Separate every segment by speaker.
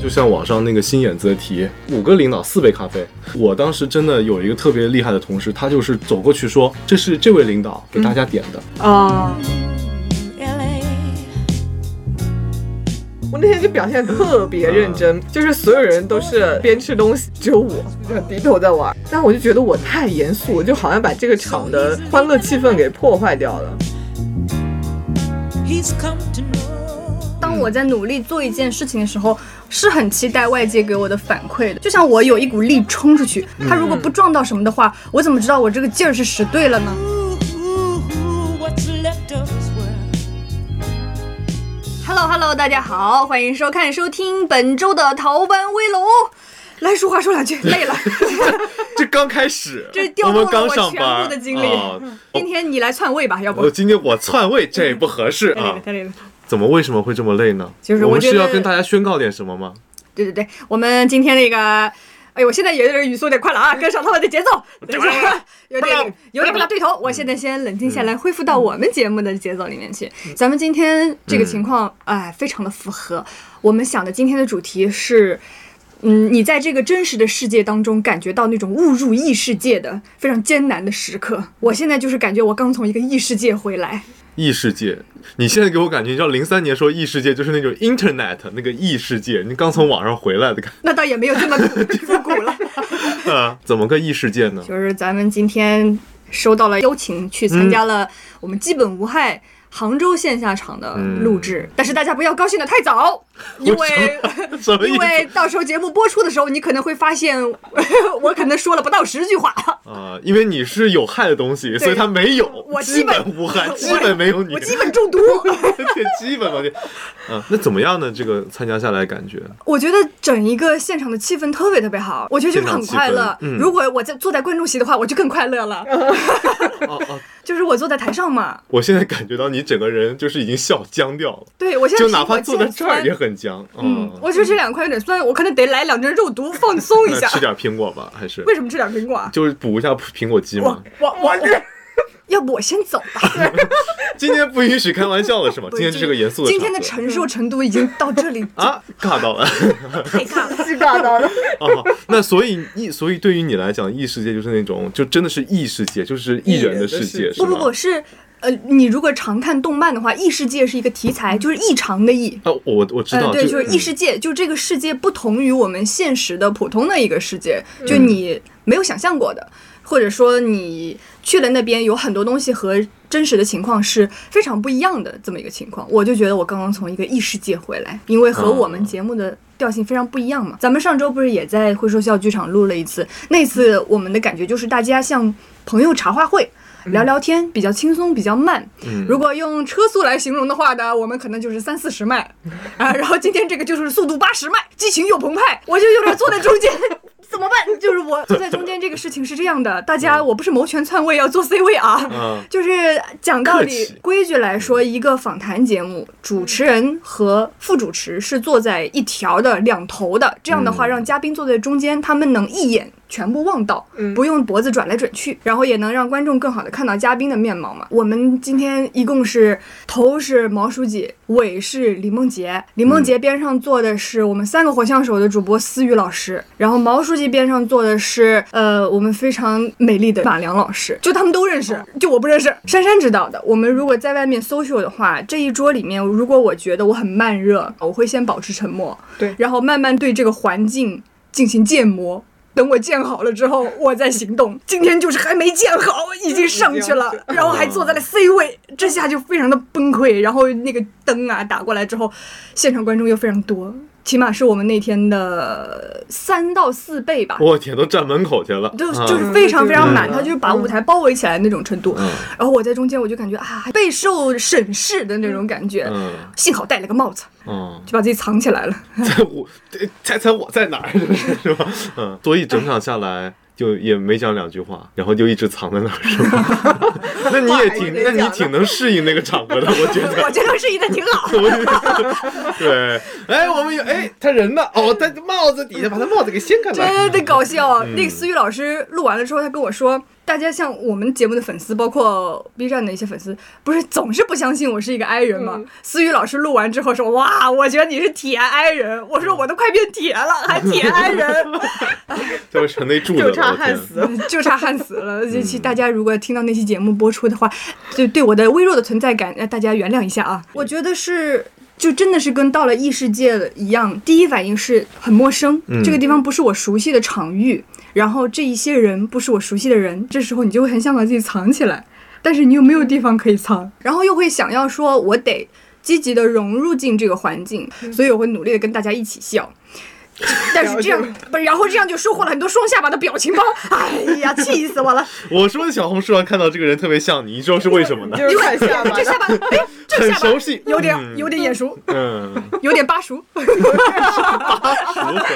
Speaker 1: 就像网上那个心眼子的题，五个领导四杯咖啡。我当时真的有一个特别厉害的同事，他就是走过去说：“这是这位领导给大家点的。
Speaker 2: 嗯
Speaker 3: 啊、
Speaker 4: LA
Speaker 3: 我那天就表现得特别认真，就是所有人都是边吃东西，只有我就低头在玩。但我就觉得我太严肃，就好像把这个场的欢乐气氛给破坏掉了。
Speaker 4: He's come to know
Speaker 2: 当我在努力做一件事情的时候，是很期待外界给我的反馈的。就像我有一股力冲出去，他如果不撞到什么的话，我怎么知道我这个劲儿是使对了呢？
Speaker 4: Ooh, ooh, ooh, what's left of his world
Speaker 2: Hello Hello，大家好，欢迎收看收听本周的《逃班威龙》。来，说话说两句，累了。
Speaker 1: 这刚开始，
Speaker 2: 这调
Speaker 1: 我
Speaker 2: 动了
Speaker 1: 们刚上
Speaker 2: 我全
Speaker 1: 班，
Speaker 2: 部的精力嗯
Speaker 1: 啊
Speaker 2: 今天你来篡位吧，要不
Speaker 1: 我？今天我篡位，这也不合适
Speaker 2: 太累了
Speaker 1: 啊，
Speaker 2: 太！累了。
Speaker 1: 怎么为什么会这么累呢？
Speaker 2: 就是
Speaker 1: 我
Speaker 2: 我
Speaker 1: 们
Speaker 2: 觉
Speaker 1: 是
Speaker 2: 得
Speaker 1: 要跟大家宣告点什么吗？
Speaker 2: 对对对，我们今天那个，哎，我现在也有点语速有点快了啊，跟上他们的节奏，有点有点不大嗯对头。我现在先冷静下来，恢复到我们节目的节奏里面去。咱们今天这个情况，哎，非常的符合我们想的。今天的主题是。嗯，你在这个真实的世界当中感觉到那种误入异世界的非常艰难的时刻。我现在就是感觉我刚从一个异世界回来，
Speaker 1: 异世界，你现在给我感觉，你知道零三年说异世界就是那种 Internet 那个异世界，你刚从网上回来的 感
Speaker 2: 那倒也没有这么复古了。
Speaker 1: 觉，啊，怎么个异世界呢？
Speaker 2: 就是咱们今天收到了邀请，去参
Speaker 1: 嗯
Speaker 2: 加了我们基本无害杭州线下场的录制，
Speaker 1: 嗯
Speaker 2: 但是大家不要高兴的 太早，因为。
Speaker 1: 什么意
Speaker 2: 因
Speaker 1: 思？
Speaker 2: 为到时候节目播出的时候，你可能会发现， 我可能说了不到十句话，
Speaker 1: 啊、因为你是有害的东西，所以它没有，
Speaker 2: 我
Speaker 1: 基
Speaker 2: 基本
Speaker 1: 无害，
Speaker 2: 我
Speaker 1: 基本没有你，
Speaker 2: 我基本中毒。
Speaker 1: 对基本吧，对，啊，那怎么样呢？这个参加下来感觉，
Speaker 2: 我觉得整一个现场的气氛特别特别好，我觉得就是很快
Speaker 1: 现场
Speaker 2: 乐。
Speaker 1: 气氛嗯
Speaker 2: 如果我在坐在观众席的话，我就更快乐 了。
Speaker 1: 哦哦，
Speaker 2: 就是我坐在台上嘛，
Speaker 1: 我现在感觉到你整个人就是已经笑僵掉了，
Speaker 2: 对我现在
Speaker 1: 就哪怕
Speaker 2: 苹果
Speaker 1: 坐在
Speaker 2: 肌
Speaker 1: 这
Speaker 2: 很
Speaker 1: 儿也
Speaker 2: 酸
Speaker 1: 很僵，
Speaker 2: 嗯
Speaker 1: 啊，
Speaker 2: 我觉得这两块有点酸，我可能得来两根肉毒放松一
Speaker 1: 那
Speaker 2: 下。
Speaker 1: 吃点苹果吧，还是
Speaker 2: 为什么吃点苹果啊？
Speaker 1: 就是补一下苹果肌嘛。
Speaker 2: 我我我，要不我先走吧。
Speaker 1: 今天不允许开玩笑了 是吗？啊今天这是个严肃的
Speaker 2: 今
Speaker 1: 场
Speaker 2: 天的
Speaker 1: 合，
Speaker 2: 承受程度已经到这里
Speaker 1: 啊，尬到了
Speaker 2: 太尬了。
Speaker 3: 是尬到了，
Speaker 1: 哦，那所以异，所以对于你来讲，异世界就是那种，就真的是异世界，就是异人的世
Speaker 3: 异
Speaker 1: 界，
Speaker 3: 人 的世界
Speaker 1: 是
Speaker 2: 不
Speaker 1: 吗？
Speaker 2: 不不是，呃，你如果常看动漫的话，异世界是一个题材，就是异常的异。
Speaker 1: 啊，我我知道，嗯
Speaker 2: 呃，对，就是异世界，就这个世界不同于我们现实的普通的一个世界，就
Speaker 1: 嗯
Speaker 2: 你没有想象过的，或者说你去了那边有很多东西和真实的情况是非常不一样的这么一个情况。我就觉得我刚刚从一个异世界回来，因为
Speaker 1: 啊
Speaker 2: 和我们节目的调性非常不一样嘛。咱们上周不是也在会说笑剧场录了一次，那次我们的感觉就是大家像朋友茶话会。聊聊天比较轻松，比较慢。
Speaker 1: 嗯
Speaker 2: 如果用车速来形容的话呢，我们可能就是三四十迈啊。 然后今天这个就是速度八十迈，激情又澎湃，我就有点坐在中间， 怎么办？就是我坐在中间这个事情是这样的，大家我不是谋权篡位，要做 C 位啊。
Speaker 1: 啊，
Speaker 2: 就是讲道理
Speaker 1: 客气
Speaker 2: 规矩来说，一个访谈节目，主持人和副主持是坐在一条的两头的，这样的话
Speaker 1: 嗯
Speaker 2: 让嘉宾坐在中间，他们能一眼全部望到，
Speaker 3: 嗯
Speaker 2: 不用脖子转来转去，然后也能让观众更好的看到嘉宾的面貌嘛。我们今天一共是头是毛书记，尾是李梦洁，李梦
Speaker 3: 嗯
Speaker 2: 洁边上坐的是我们三个火象手的主播思雨老师，然后毛书记边上坐的是呃我们非常美丽的马良老师，就他们都认
Speaker 3: 哦
Speaker 2: 识，就我不认识。珊珊知道的，我们如果在外面 social 的话，这一桌里面，如果我觉得我很慢热，我会先保持沉默，
Speaker 3: 对
Speaker 2: 然后慢慢对这个环境进行建模。等我建好了之后，我再行动。今天就是还没建好，已经上去了
Speaker 3: 已经上去了，
Speaker 2: 然后还坐在了 C 位，这下就非常的崩溃。然后那个灯啊打过来之后，现场观众又非常多，起码是我们那天的三到四倍吧。
Speaker 1: 我天，都站门口去了，
Speaker 2: 就
Speaker 1: 啊
Speaker 2: 就是非常非常满，
Speaker 1: 嗯
Speaker 2: 他就是把舞台包围起来那种程度。
Speaker 1: 嗯
Speaker 2: 然后我在中间，我就感觉啊，备受审视的那种感觉。
Speaker 1: 嗯
Speaker 2: 幸好戴了个帽子，
Speaker 1: 嗯，
Speaker 2: 就把自己藏起来了。
Speaker 1: 在我对猜猜我在哪儿，是 不是是吧？嗯，所以整场下来。就也没讲两句话，然后就一直藏在那儿，是吧？ 那你也挺，
Speaker 3: 话还没
Speaker 1: 那你
Speaker 3: 讲呢
Speaker 1: 挺能适应那个场合的，我觉得。
Speaker 2: 我觉得适应的挺好。
Speaker 1: 我觉得对，哎，我们有，哎，他人呢？哦，在 帽子底下把他帽子给掀开来。
Speaker 2: 啊真的搞笑。那个思雨老师录完了之后，他跟我说，大家像我们节目的粉丝，包括 B 站的一些粉丝，不是总是不相信我是一个 I 人吗
Speaker 3: 嗯？
Speaker 2: 思雨老师录完之后说：“哇，我觉得你是铁 I 人。”我说：“我都快变铁了，还铁 I 人，
Speaker 1: 这是成内住的，
Speaker 3: 就
Speaker 1: 我
Speaker 3: 差
Speaker 1: 天
Speaker 3: 焊，死。
Speaker 2: 就差焊死了。”其实大家如果听到那期节目播出的话，就对我的微弱的存在感，呃大家原谅一下啊。我觉得是。就真的是跟到了异世界一样，第一反应是很陌生，
Speaker 1: 嗯
Speaker 2: 这个地方不是我熟悉的场域，然后这一些人不是我熟悉的人，这时候你就会很想把自己藏起来，但是你又没有地方可以藏，然后又会想要说我得积极的融入进这个环境，
Speaker 1: 嗯
Speaker 2: 所以我会努力的跟大家一起笑。但是这样不是，然后这样就收获了很多双下巴的表情包。哎呀，气死我了！
Speaker 1: 我说小红书上看到这个人特别像你，你知道是为什么呢？
Speaker 3: 就是看下巴
Speaker 2: 这，下巴，哎，这
Speaker 1: 很
Speaker 2: 下巴
Speaker 1: 熟悉，
Speaker 2: 有
Speaker 1: 嗯
Speaker 2: 点有点眼熟，
Speaker 1: 嗯，
Speaker 2: 有点巴熟。
Speaker 1: 熟悉。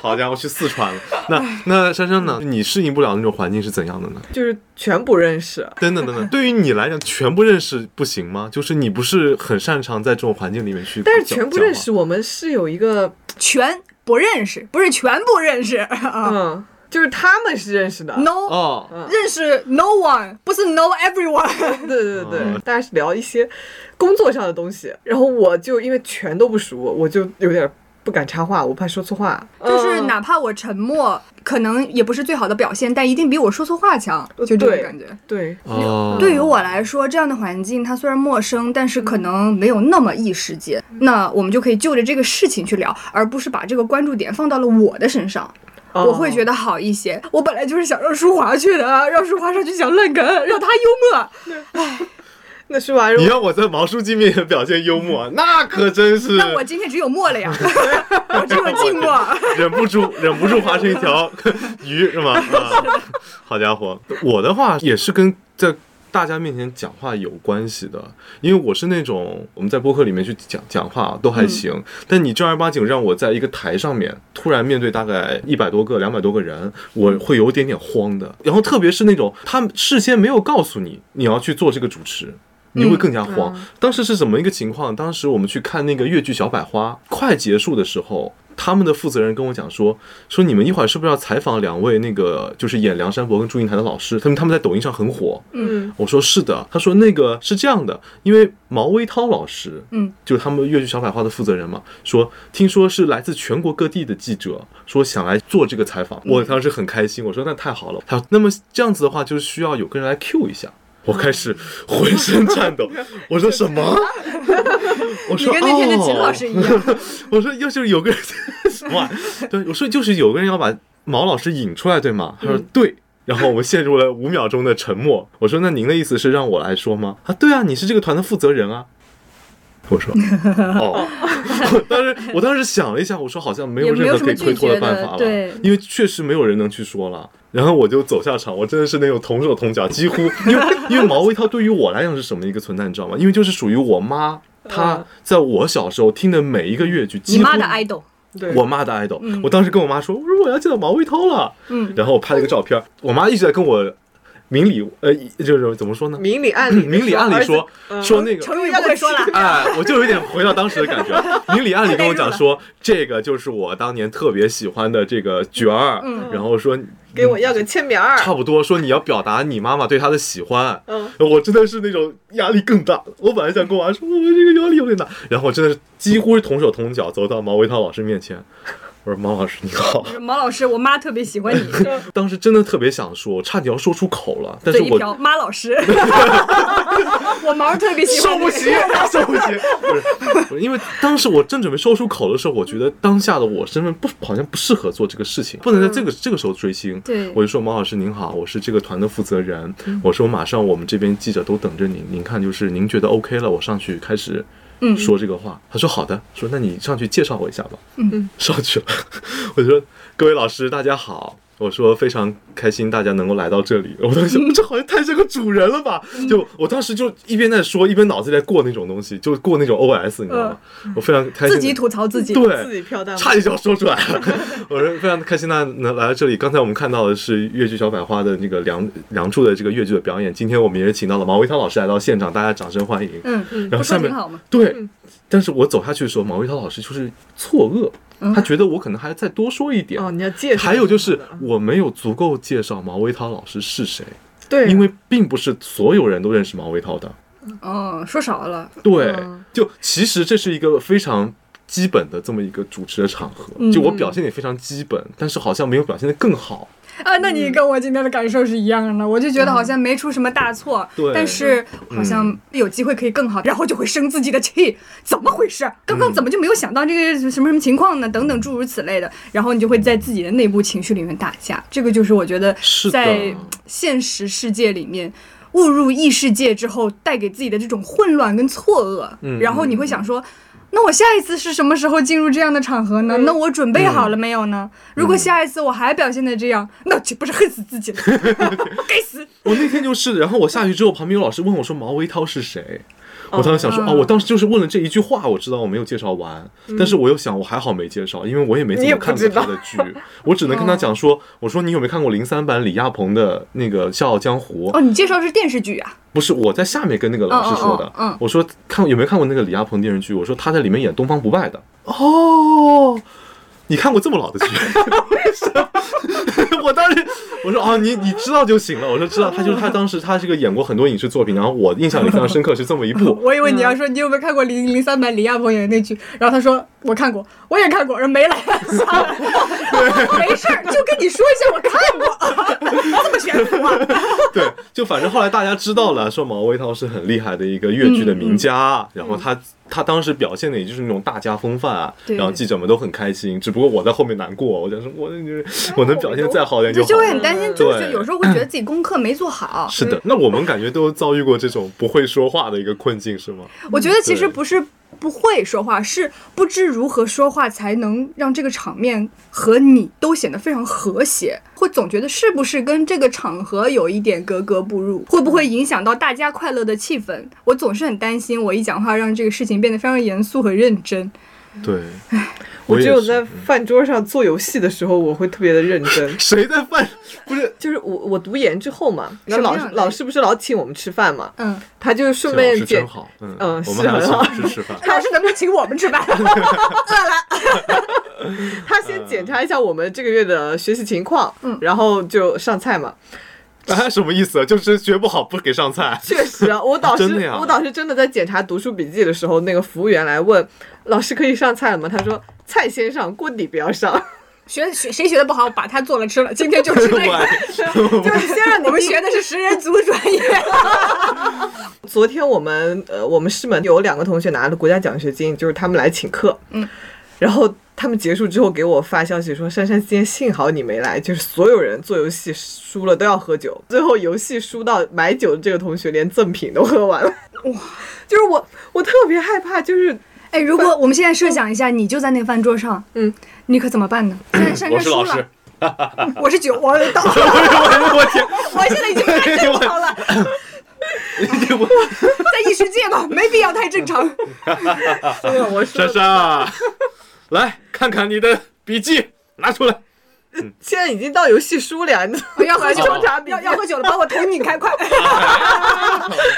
Speaker 1: 好家伙，去四川了。那那珊珊呢？你适应不了那种环境是怎样的呢？
Speaker 3: 就是全不认识。
Speaker 1: 等等等等，对于你来讲，全不认识不行吗？就是你不是很擅长在这种环境里面去讲，
Speaker 3: 但是全不认识，
Speaker 1: 讲
Speaker 3: 我们是有一个，
Speaker 2: 全不认识，不是全不认识啊
Speaker 3: 嗯，就是他们是认识的。
Speaker 1: 话
Speaker 2: ，no，
Speaker 1: 哦，
Speaker 2: 认识 no one，不是 no everyone。
Speaker 3: 对对对
Speaker 1: 嗯，
Speaker 3: 大家是聊一些工作上的东西，然后我就因为全都不熟，我就有点不敢插话，我怕说错话。
Speaker 2: 就是
Speaker 3: 嗯
Speaker 2: 哪怕我沉默，可能也不是最好的表现，但一定比我说错话强，就这种
Speaker 3: 对
Speaker 2: 感觉。
Speaker 3: 对，
Speaker 1: 哦，
Speaker 2: 对于我来说，这样的环境它虽然陌生，但是可能没有那么异世界。
Speaker 3: 嗯
Speaker 2: 那我们就可以就着这个事情去聊，而不是把这个关注点放到了我的身上，我会觉
Speaker 3: 得
Speaker 2: 得好一些。我本来就是想让舒华去的，啊让舒华上去讲烂梗，让他幽默。
Speaker 3: 哦那是吧？
Speaker 1: 你让我在毛书记面前表现幽默，啊那可真是
Speaker 2: 那我今天只有默 了呀，我只有静默。
Speaker 1: 忍不住忍不住划成一条鱼是吗？啊，好家伙，我的话也是跟在大家面前讲话有关系的，因为我是那种我们在播客里面去讲讲话都还行，但你正儿八经让我在一个台上面突然面对大概一百多个、两百多个人，我会有点点慌的。然后特别是那种他们事先没有告诉你你要去做这个主持。你会更加慌。当时是怎么一个情况？当时我们去看那个越剧《小百花》，快结束的时候，他们的负责人跟我讲说，说你们一会儿是不是要采访两位那个就是演梁山伯跟祝英台的老师？他们他们在抖音上很火。
Speaker 3: 嗯，
Speaker 1: 我说是的，他说那个是这样的，因为毛维涛老师，
Speaker 2: 嗯，
Speaker 1: 就是他们越剧小百花的负责人嘛，说听说是来自全国各地的记者，说想来做这个采访，我当时很开心，我说那太好了，他说那么这样子的话，就是需要有个人来 Q 一下。我开始浑身颤抖，我说什么？我
Speaker 2: 你
Speaker 1: 说哦
Speaker 2: 跟那天的秦老师一样，
Speaker 1: 我说要是有个人什么玩意儿？对，我说就是有个人要把毛老师引出来，对吗？他说
Speaker 2: 嗯
Speaker 1: 对。然后我们陷入了五秒钟的沉默。我说：“那您的意思是让我来说吗？”啊，对啊，你是这个团的负责人啊。我 说：“哦。” 我当时我当时想了一下，我说好像没有
Speaker 2: 也没
Speaker 1: 任
Speaker 2: 有
Speaker 1: 何
Speaker 2: 什
Speaker 1: 可以
Speaker 2: 么
Speaker 1: 推
Speaker 2: 拒
Speaker 1: 脱的
Speaker 2: 绝
Speaker 1: 办
Speaker 2: 的
Speaker 1: 法了，
Speaker 2: 对
Speaker 1: 因为确实没有人能去说了。然后我就走下场，我真的是那种同手同脚，几 乎因为因为毛维涛对于我来讲是什么一个存在，你知道吗？因为就是属于我妈，她在我小时候听的每一个越剧，
Speaker 2: 你
Speaker 1: 几乎
Speaker 2: 妈的 idol。
Speaker 3: 对，
Speaker 1: 我妈的 idol，、
Speaker 2: 嗯
Speaker 1: 我当时跟我妈说，我说我要见到毛卫涛了，
Speaker 2: 嗯
Speaker 1: 然后我拍了个照片，我妈一直在跟我明里呃，就是怎么说呢，
Speaker 3: 明里暗里
Speaker 1: 明里暗里说
Speaker 3: 儿子
Speaker 1: 说那个。
Speaker 2: 成语不会说了，
Speaker 1: 哎，我就有点回到当时的感觉。明里暗里跟我讲说，这个就是我当年特别喜欢的这个角儿，
Speaker 2: 嗯
Speaker 1: 然后说
Speaker 3: 给我要个签名儿，
Speaker 1: 嗯差不多说你要表达你妈妈对他的喜欢，
Speaker 3: 嗯，
Speaker 1: 我真的是那种压力更大了。我本来想跟我妈说，我这个压力有点大，然后我真的是几乎是同手同脚走到毛维涛老师面前，我说毛老师你好，
Speaker 2: 毛老师，我妈特别喜欢你，
Speaker 1: 当时真的特别想说，我差点要说出口了，但是
Speaker 2: 嘴一
Speaker 1: 我
Speaker 2: 瓢，妈 老师，我毛儿特别喜
Speaker 1: 受
Speaker 2: 欢你
Speaker 1: 不 起，受不起，不是不是，因为当时我正准备说出口的时候，我觉得当下的我身份不好像不适合做这个事情，不能在这个、这个时候追星。
Speaker 2: 对
Speaker 1: 我就说毛老师您好，我是这个团的负责人，我说马上我们这边记者都等着您，您看就是您觉得 OK 了，我上去开始。
Speaker 2: 嗯
Speaker 1: 说这个话，他说好的，说那你上去介绍我一下吧。
Speaker 2: 嗯，
Speaker 1: 上去了，我就说各位老师大家好，我说非常开心大家能够来到这里。我当时想嗯这好像太像个主人了吧？
Speaker 2: 嗯
Speaker 1: 就我当时就一边在说，一边脑子里在过那种东西，就过那种 OS，你知道吗？我非常开心地，
Speaker 2: 嗯自己吐槽自己，
Speaker 1: 对
Speaker 3: 自己飘荡，
Speaker 1: 差点就要说出来了。 我说非常开心，那能来到这里。刚才我们看到的是越剧小百花的那个梁梁祝的这个越剧的表演，今天我们也请到了毛维涛老师来到现场，大家掌声欢迎。
Speaker 2: 嗯，
Speaker 1: 然后
Speaker 2: 不
Speaker 1: 下
Speaker 2: 说
Speaker 1: 面
Speaker 2: 挺好吗？
Speaker 1: 对，但是我走下去的时候，毛维涛老师就是错愕，
Speaker 2: 嗯
Speaker 1: 他觉得我可能还
Speaker 2: 哦
Speaker 1: 再多说一点。
Speaker 3: 哦，你要介绍，
Speaker 1: 还有就是我没有足够介绍毛维涛老师是谁，
Speaker 3: 对，
Speaker 1: 因为并不是所有人都认识毛维涛的。
Speaker 2: 嗯，说少了，
Speaker 1: 对
Speaker 3: 嗯，
Speaker 1: 就其实这是一个非常基本的这么一个主持的场合，
Speaker 3: 嗯
Speaker 1: 就我表现得也非常基本，但是好像没有表现得更好。
Speaker 2: 啊，那你跟我今天的感受是一样的，我就觉得好像没出什么大错，
Speaker 1: 对嗯
Speaker 2: 但是好像哎有机会可以更好，然后就会生自己的气，怎么回事？
Speaker 1: 嗯
Speaker 2: 刚刚怎么就没有想到这个什么什么情况呢？等等诸如此类的，然后你就会在自己的内部情绪里面打架，这个就是我觉得
Speaker 1: 是的
Speaker 2: 在现实世界里面。误入异世界之后，带给自己的这种混乱跟错愕，
Speaker 1: 嗯
Speaker 2: 然后你会想说，那我下一次是什么时候进入这样的场合
Speaker 1: 嗯
Speaker 2: 呢？那我准备好了没有呢？如果下一次我还表现的这样，那岂不是恨死 自己了？该死！
Speaker 1: 我那天就是，然后我下去之后，旁边有老师问我说毛维涛是谁，我当时想说
Speaker 2: 嗯
Speaker 1: 哦，我当时就是问了这一句话，我知道我没有介绍完，但是我又想我还好没介绍，因为我也没怎
Speaker 3: 嗯你也
Speaker 1: 么
Speaker 3: 不
Speaker 1: 看过
Speaker 3: 知道嗯
Speaker 1: 他的剧，我只能跟他讲说，我说你有没有看过零三版李亚鹏的那个《笑傲江湖》？
Speaker 2: 哦，你介绍是电视剧啊？
Speaker 1: 不是我在下面跟那个老师说的，
Speaker 2: 嗯嗯嗯
Speaker 1: 我说看有没有看过那个李亚鹏电视剧？我说他在里面演东方不败的。哦，你看过这么老的剧？ 为什么我当时我说啊，你你知道就行了。我说知道，他就是他当时他这个演过很多影视作品，然后我印象里非常深刻是这么一部。
Speaker 2: 我以为你要说你有没有看过零零三版李亚鹏演的那剧，然后他说我看过，我也看过，然 后没了， 算了，没事儿，就跟你说一下我看 过，这么悬浮啊？
Speaker 1: 对，就反正后来大家知道了，说毛维涛是很厉害的一个越剧的名家，
Speaker 2: 嗯
Speaker 1: 然后他。他当时表现的也就是那种大家风范啊，
Speaker 2: 对
Speaker 1: 然后记者们都很开心，只不过我在后面难过，我想说，我我能表现得再好一点
Speaker 2: 就
Speaker 1: 好
Speaker 2: 就
Speaker 1: 了。
Speaker 2: 会很担心，就是
Speaker 1: 对
Speaker 2: 有时候会觉得自己功课没做好，
Speaker 1: 是的，那我们感觉都遭遇过这种不会说话的一个困境，是吗？
Speaker 2: 我觉得其实
Speaker 1: 对
Speaker 2: 不是不会说话，是不知如何说话才能让这个场面和你都显得非常和谐。会总觉得是不是跟这个场合有一点格格不入，会不会影响到大家快乐的气氛？我总是很担心，我一讲话让这个事情变得非常严肃和认真。
Speaker 1: 对，
Speaker 3: 我
Speaker 1: 也
Speaker 3: 只有
Speaker 1: 是。
Speaker 3: 在饭桌上做游戏的时候，我会特别的认真
Speaker 1: 谁在犯？不是
Speaker 3: 就是我我读研之后嘛，然后老
Speaker 2: 什么样
Speaker 3: 师
Speaker 2: 的
Speaker 3: 老师不是老请我们吃饭嘛，
Speaker 2: 嗯，
Speaker 3: 他就 顺
Speaker 1: 老
Speaker 3: 便
Speaker 1: 师
Speaker 3: 简
Speaker 1: 真好，嗯
Speaker 2: 哦
Speaker 3: 嗯
Speaker 1: 我
Speaker 3: 是
Speaker 1: 们还要
Speaker 3: 很
Speaker 1: 请
Speaker 3: 好
Speaker 2: 啊。
Speaker 1: 老师吃饭
Speaker 2: 老师能不能请我们 吃饭？
Speaker 3: 他先检
Speaker 1: 嗯
Speaker 3: 查一下我们这个月的学习情况，
Speaker 2: 嗯
Speaker 3: 然后就上 菜嘛。
Speaker 1: 啊，什么意思啊？就是学不好不给上菜。
Speaker 3: 确实啊，我导师
Speaker 1: 真的呀
Speaker 3: 我导师真的在检查读书笔记的时候，那个服务员来问老师可以上菜了吗？他说菜先上，锅底不要上，
Speaker 2: 学学谁学的不好，把他做了吃了，今天就吃这个。
Speaker 1: 我
Speaker 3: 就是先让你
Speaker 2: 我们
Speaker 3: 第一
Speaker 2: 学的是食人族专业，
Speaker 3: 昨天我们呃，我们师门有两个同学拿了国家奖学金，就是他们来请客，
Speaker 2: 嗯，
Speaker 3: 然后他们结束之后给我发消息说：“珊珊，今天幸好你没来，就是所有人做游戏输了都要喝酒，最后游戏输到买酒的这个同学连赠品都喝完了，哇！ 就是我我特别害怕，就是
Speaker 2: 哎，如果我们现在设想一下，你就在那个饭桌上，
Speaker 3: 嗯，
Speaker 2: 你可怎么办呢？现在珊珊
Speaker 1: 是
Speaker 2: 输
Speaker 1: 老
Speaker 2: 了
Speaker 1: 师，，
Speaker 2: 我是九，我到，
Speaker 1: 我我我天，
Speaker 2: 我现在已经不太正常了，
Speaker 1: 我
Speaker 2: 在异世界嘛，没必要太正常。
Speaker 3: 输了我输
Speaker 1: 珊
Speaker 3: 了，
Speaker 1: 珊啊， 来看看你的笔记，拿出来。
Speaker 3: 现在已经到游戏输了呀，你
Speaker 2: 我 要喝酒
Speaker 3: 抽查
Speaker 2: 了，
Speaker 3: 笔
Speaker 2: 要
Speaker 3: 记
Speaker 2: 要喝酒了，把我头 拧开，快！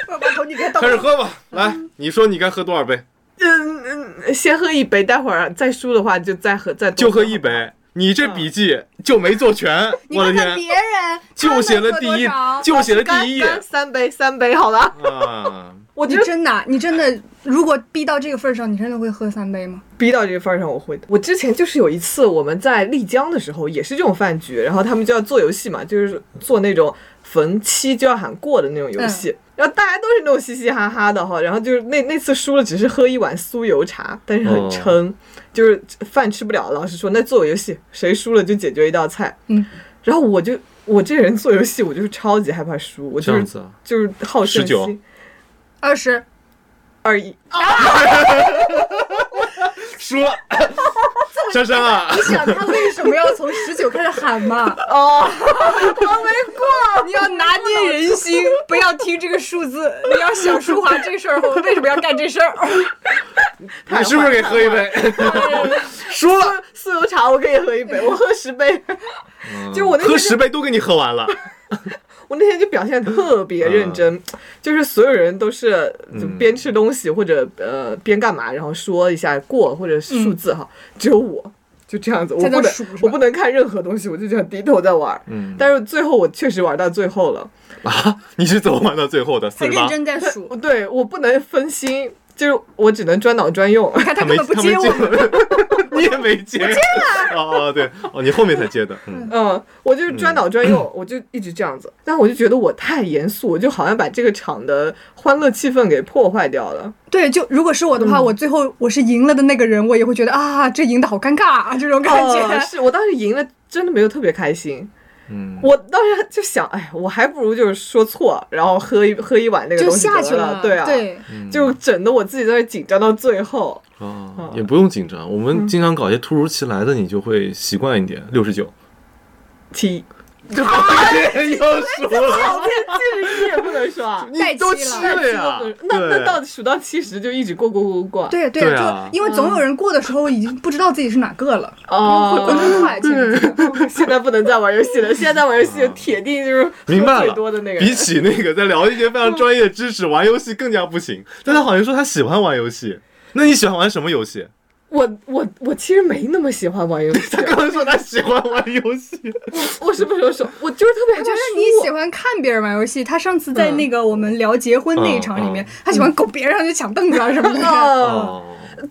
Speaker 2: 我把头拧开，到
Speaker 1: 开始喝 吧，来，你说你该喝多少杯？
Speaker 3: 嗯嗯，先喝一杯，待会儿啊再输的话就再喝再多
Speaker 1: 就喝一杯。你这笔记就没做全，
Speaker 2: 嗯 你
Speaker 1: 我的
Speaker 2: 看看
Speaker 1: 天，
Speaker 2: 别人，
Speaker 1: 就写了
Speaker 2: 他们喝
Speaker 1: 第
Speaker 2: 多
Speaker 1: 一
Speaker 2: 少，
Speaker 1: 就写了
Speaker 3: 干
Speaker 1: 第一页
Speaker 3: 干三杯三杯好了，
Speaker 1: 啊。
Speaker 3: 我
Speaker 2: 你
Speaker 3: 觉得
Speaker 2: 真的，你真的，如果逼到这个份儿上，你真的会喝三杯吗？
Speaker 3: 逼到这个份儿上，我会的。我之前就是有一次我们在丽江的时候，也是这种饭局，然后他们就要做游戏嘛，就是做那种逢七就要喊过的那种游戏。然后大家都是那种嘻嘻哈哈的哈，然后就是那那次输了，只是喝一碗酥油茶，但是
Speaker 1: 哦
Speaker 3: 很撑，就是饭吃不了。老师说那做游戏，谁输了就解决一道菜。
Speaker 2: 嗯，
Speaker 3: 然后我就我这人做游戏，我就是超级害怕输，我
Speaker 1: 这
Speaker 3: 就是
Speaker 1: 样子啊
Speaker 3: 就是好胜
Speaker 1: 19
Speaker 3: 心。
Speaker 2: 二十，
Speaker 3: 二一，
Speaker 1: 输了，珊珊啊，
Speaker 2: 你想他为什么要从十九开始喊嘛？
Speaker 3: 哦，
Speaker 2: 你要拿捏人心，不要听这个数 字，你要想舒华这事儿，我为什么要干这事儿？
Speaker 1: 你是不是给喝一杯？
Speaker 3: 输了酥油茶我可以喝一杯，我喝十杯。就是我那
Speaker 1: 嗯
Speaker 3: 天
Speaker 1: 喝
Speaker 3: 就
Speaker 1: 十杯都给你喝完 了，
Speaker 3: 我那天就表现得特别认真，就是所有人都是就边吃东西或者、呃边干嘛，然后说一下过或者数字哈，只有我就这样子，我
Speaker 2: 嗯在那
Speaker 3: 不能
Speaker 2: 数是吧
Speaker 3: 我不能看任何东西，我就这样低头在玩。
Speaker 1: 嗯，
Speaker 3: 但是最后我确实玩到最后了，
Speaker 1: 啊，你是怎么玩到最后的？
Speaker 2: 他
Speaker 1: 四十
Speaker 2: 认
Speaker 1: 八，
Speaker 2: 真 在数
Speaker 3: 我，对我不能分心，就是我只能专脑专用。
Speaker 2: 看他
Speaker 1: 他
Speaker 2: 根
Speaker 1: 没
Speaker 2: 本不
Speaker 1: 他没
Speaker 2: 接
Speaker 1: 接
Speaker 2: 我们。
Speaker 1: 我， 你也没接，哦哦对，哦你后面才接的，嗯，
Speaker 3: 嗯，我就是专脑专用，我就一直这样子。但我就觉得我太严肃，我就好像把这个场的欢乐气氛给破坏掉了。
Speaker 2: 对，就如果是我的
Speaker 3: 嗯
Speaker 2: 话，我最后我是赢了的那个人，我也会觉得啊，这赢的好尴尬啊，这种感
Speaker 3: 哦
Speaker 2: 觉。
Speaker 3: 是我当时赢了，真的没有特别开心。
Speaker 1: 嗯
Speaker 3: 我当时就想，哎，我还不如就是说错，然后喝一喝一碗那个
Speaker 2: 就
Speaker 3: 东西
Speaker 2: 下
Speaker 3: 得
Speaker 2: 去
Speaker 3: 了，对啊，
Speaker 2: 对，
Speaker 1: 嗯
Speaker 3: 就整的我自己在那紧张到最后。
Speaker 1: 哦
Speaker 3: 哦，
Speaker 1: 也不用紧张，我
Speaker 3: 嗯
Speaker 1: 们经常搞一些突如其来的，你就会习惯一点。六十九，
Speaker 3: 七，
Speaker 1: 这又输了，，
Speaker 3: 我这七十一也不能刷
Speaker 1: 你都
Speaker 2: 带
Speaker 1: 七
Speaker 2: 七
Speaker 3: 那
Speaker 1: 了呀
Speaker 3: 七都不能，啊那
Speaker 1: 对
Speaker 3: 那到数到七十就一直过过过过过，
Speaker 2: 对对
Speaker 1: 对啊
Speaker 2: 就因为总有人过的时候已经不知道自己是哪个了，会过
Speaker 3: 哦，
Speaker 2: 得很快。其实
Speaker 3: 现在不能再玩游戏了，现在再玩游戏铁定就是
Speaker 1: 明
Speaker 3: 喝
Speaker 1: 白
Speaker 3: 最
Speaker 1: 了
Speaker 3: 多的那，个
Speaker 1: 比
Speaker 3: 人。
Speaker 1: 起那个在聊一些非常专业的知识，玩游戏更加不行。但他好像说他喜欢玩游戏，那你喜欢玩什么游戏？
Speaker 3: 我我我其实没那么喜欢玩游戏
Speaker 1: 他，刚刚说他喜欢玩游戏，
Speaker 3: 我什么时候说？嗯我就是特别害怕
Speaker 2: 我哎觉得
Speaker 3: 输
Speaker 2: 你喜欢看别人玩游戏，他上次在那个我们聊结婚那一场里面，
Speaker 1: 嗯
Speaker 2: 他喜欢狗别人上去抢凳子啊什么的。
Speaker 3: 哦，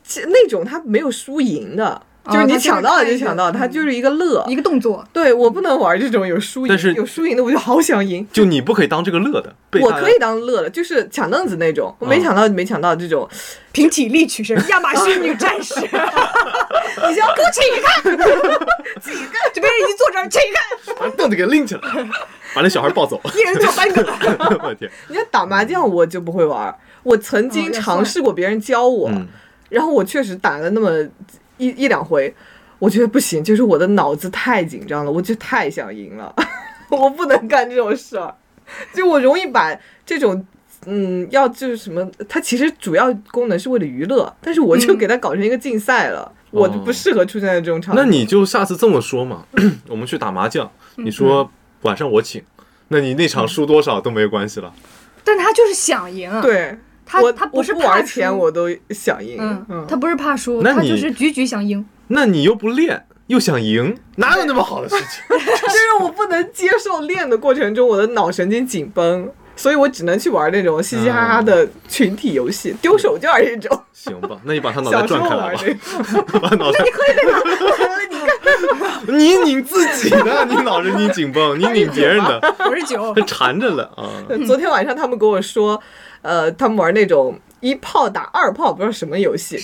Speaker 3: 其那种他没有输赢的，就是你抢到了就抢到，
Speaker 2: 他
Speaker 3: 他
Speaker 2: 就
Speaker 3: 就是一个乐
Speaker 2: 一。个动作，
Speaker 3: 对我不能玩这种有输赢
Speaker 1: 但是，
Speaker 3: 有输赢的我就好想赢。
Speaker 1: 就你不可以当这个乐的，被
Speaker 3: 我
Speaker 1: 大家
Speaker 3: 可以当乐了，就是抢凳子那种，我
Speaker 1: 啊
Speaker 3: 没抢到没抢到这种，
Speaker 2: 凭体力取胜，亚马逊女战士。 你想不起一看， 起一 看，这边人已经坐这儿，起一看，
Speaker 1: 把凳子给拎起来，把那小孩 抱走。
Speaker 2: 一人坐三个。
Speaker 1: 我天，
Speaker 3: 你看打麻将我就不会玩儿，我曾
Speaker 2: 哦
Speaker 3: 经
Speaker 2: 也算
Speaker 3: 尝试过别人教我，
Speaker 1: 嗯，
Speaker 3: 然后我确实打了那么一一两回，我觉得不行，就是我的脑子太紧张了，我就太想赢了， 我不能干这种事儿，就我容易把这种。嗯，要就是什么，它其实主要功能是为了娱乐，但是我就
Speaker 2: 嗯
Speaker 3: 给它搞成一个竞赛了，
Speaker 2: 哦
Speaker 3: 我就不适合出现在这种场合。
Speaker 1: 那你就下次这么说嘛， 我们去打麻将，你
Speaker 3: 嗯
Speaker 1: 说晚上我请，那你那场输多少都没关系了。
Speaker 2: 但他就是想赢，，
Speaker 3: 对
Speaker 2: 他
Speaker 3: 我
Speaker 2: 他
Speaker 3: 我不
Speaker 2: 是怕
Speaker 3: 玩
Speaker 2: 输
Speaker 3: 钱，我都想赢。
Speaker 2: 嗯，他不是怕输，
Speaker 1: 那
Speaker 2: 他
Speaker 1: 你
Speaker 2: 就是局局 想赢。
Speaker 1: 那你又不练，又想赢，哪有那么好的事情？
Speaker 3: 就是我不能接受练的过程中我的脑神经紧绷，所以我只能去玩那种嘻嘻哈哈的群体游戏，丢手绢儿这种。
Speaker 1: 行吧，那你把他 脑袋
Speaker 3: 小时
Speaker 1: 转
Speaker 3: 候
Speaker 1: 开
Speaker 3: 玩
Speaker 1: 来
Speaker 3: 这个，
Speaker 1: 吧， 把脑袋。你拧自己的，你脑神经紧绷，你拧别人的，
Speaker 2: 我是九
Speaker 1: 还，缠着了啊！
Speaker 3: 昨天晚上他们跟我说，呃，他们玩那种一炮打二炮，不知道什么游戏，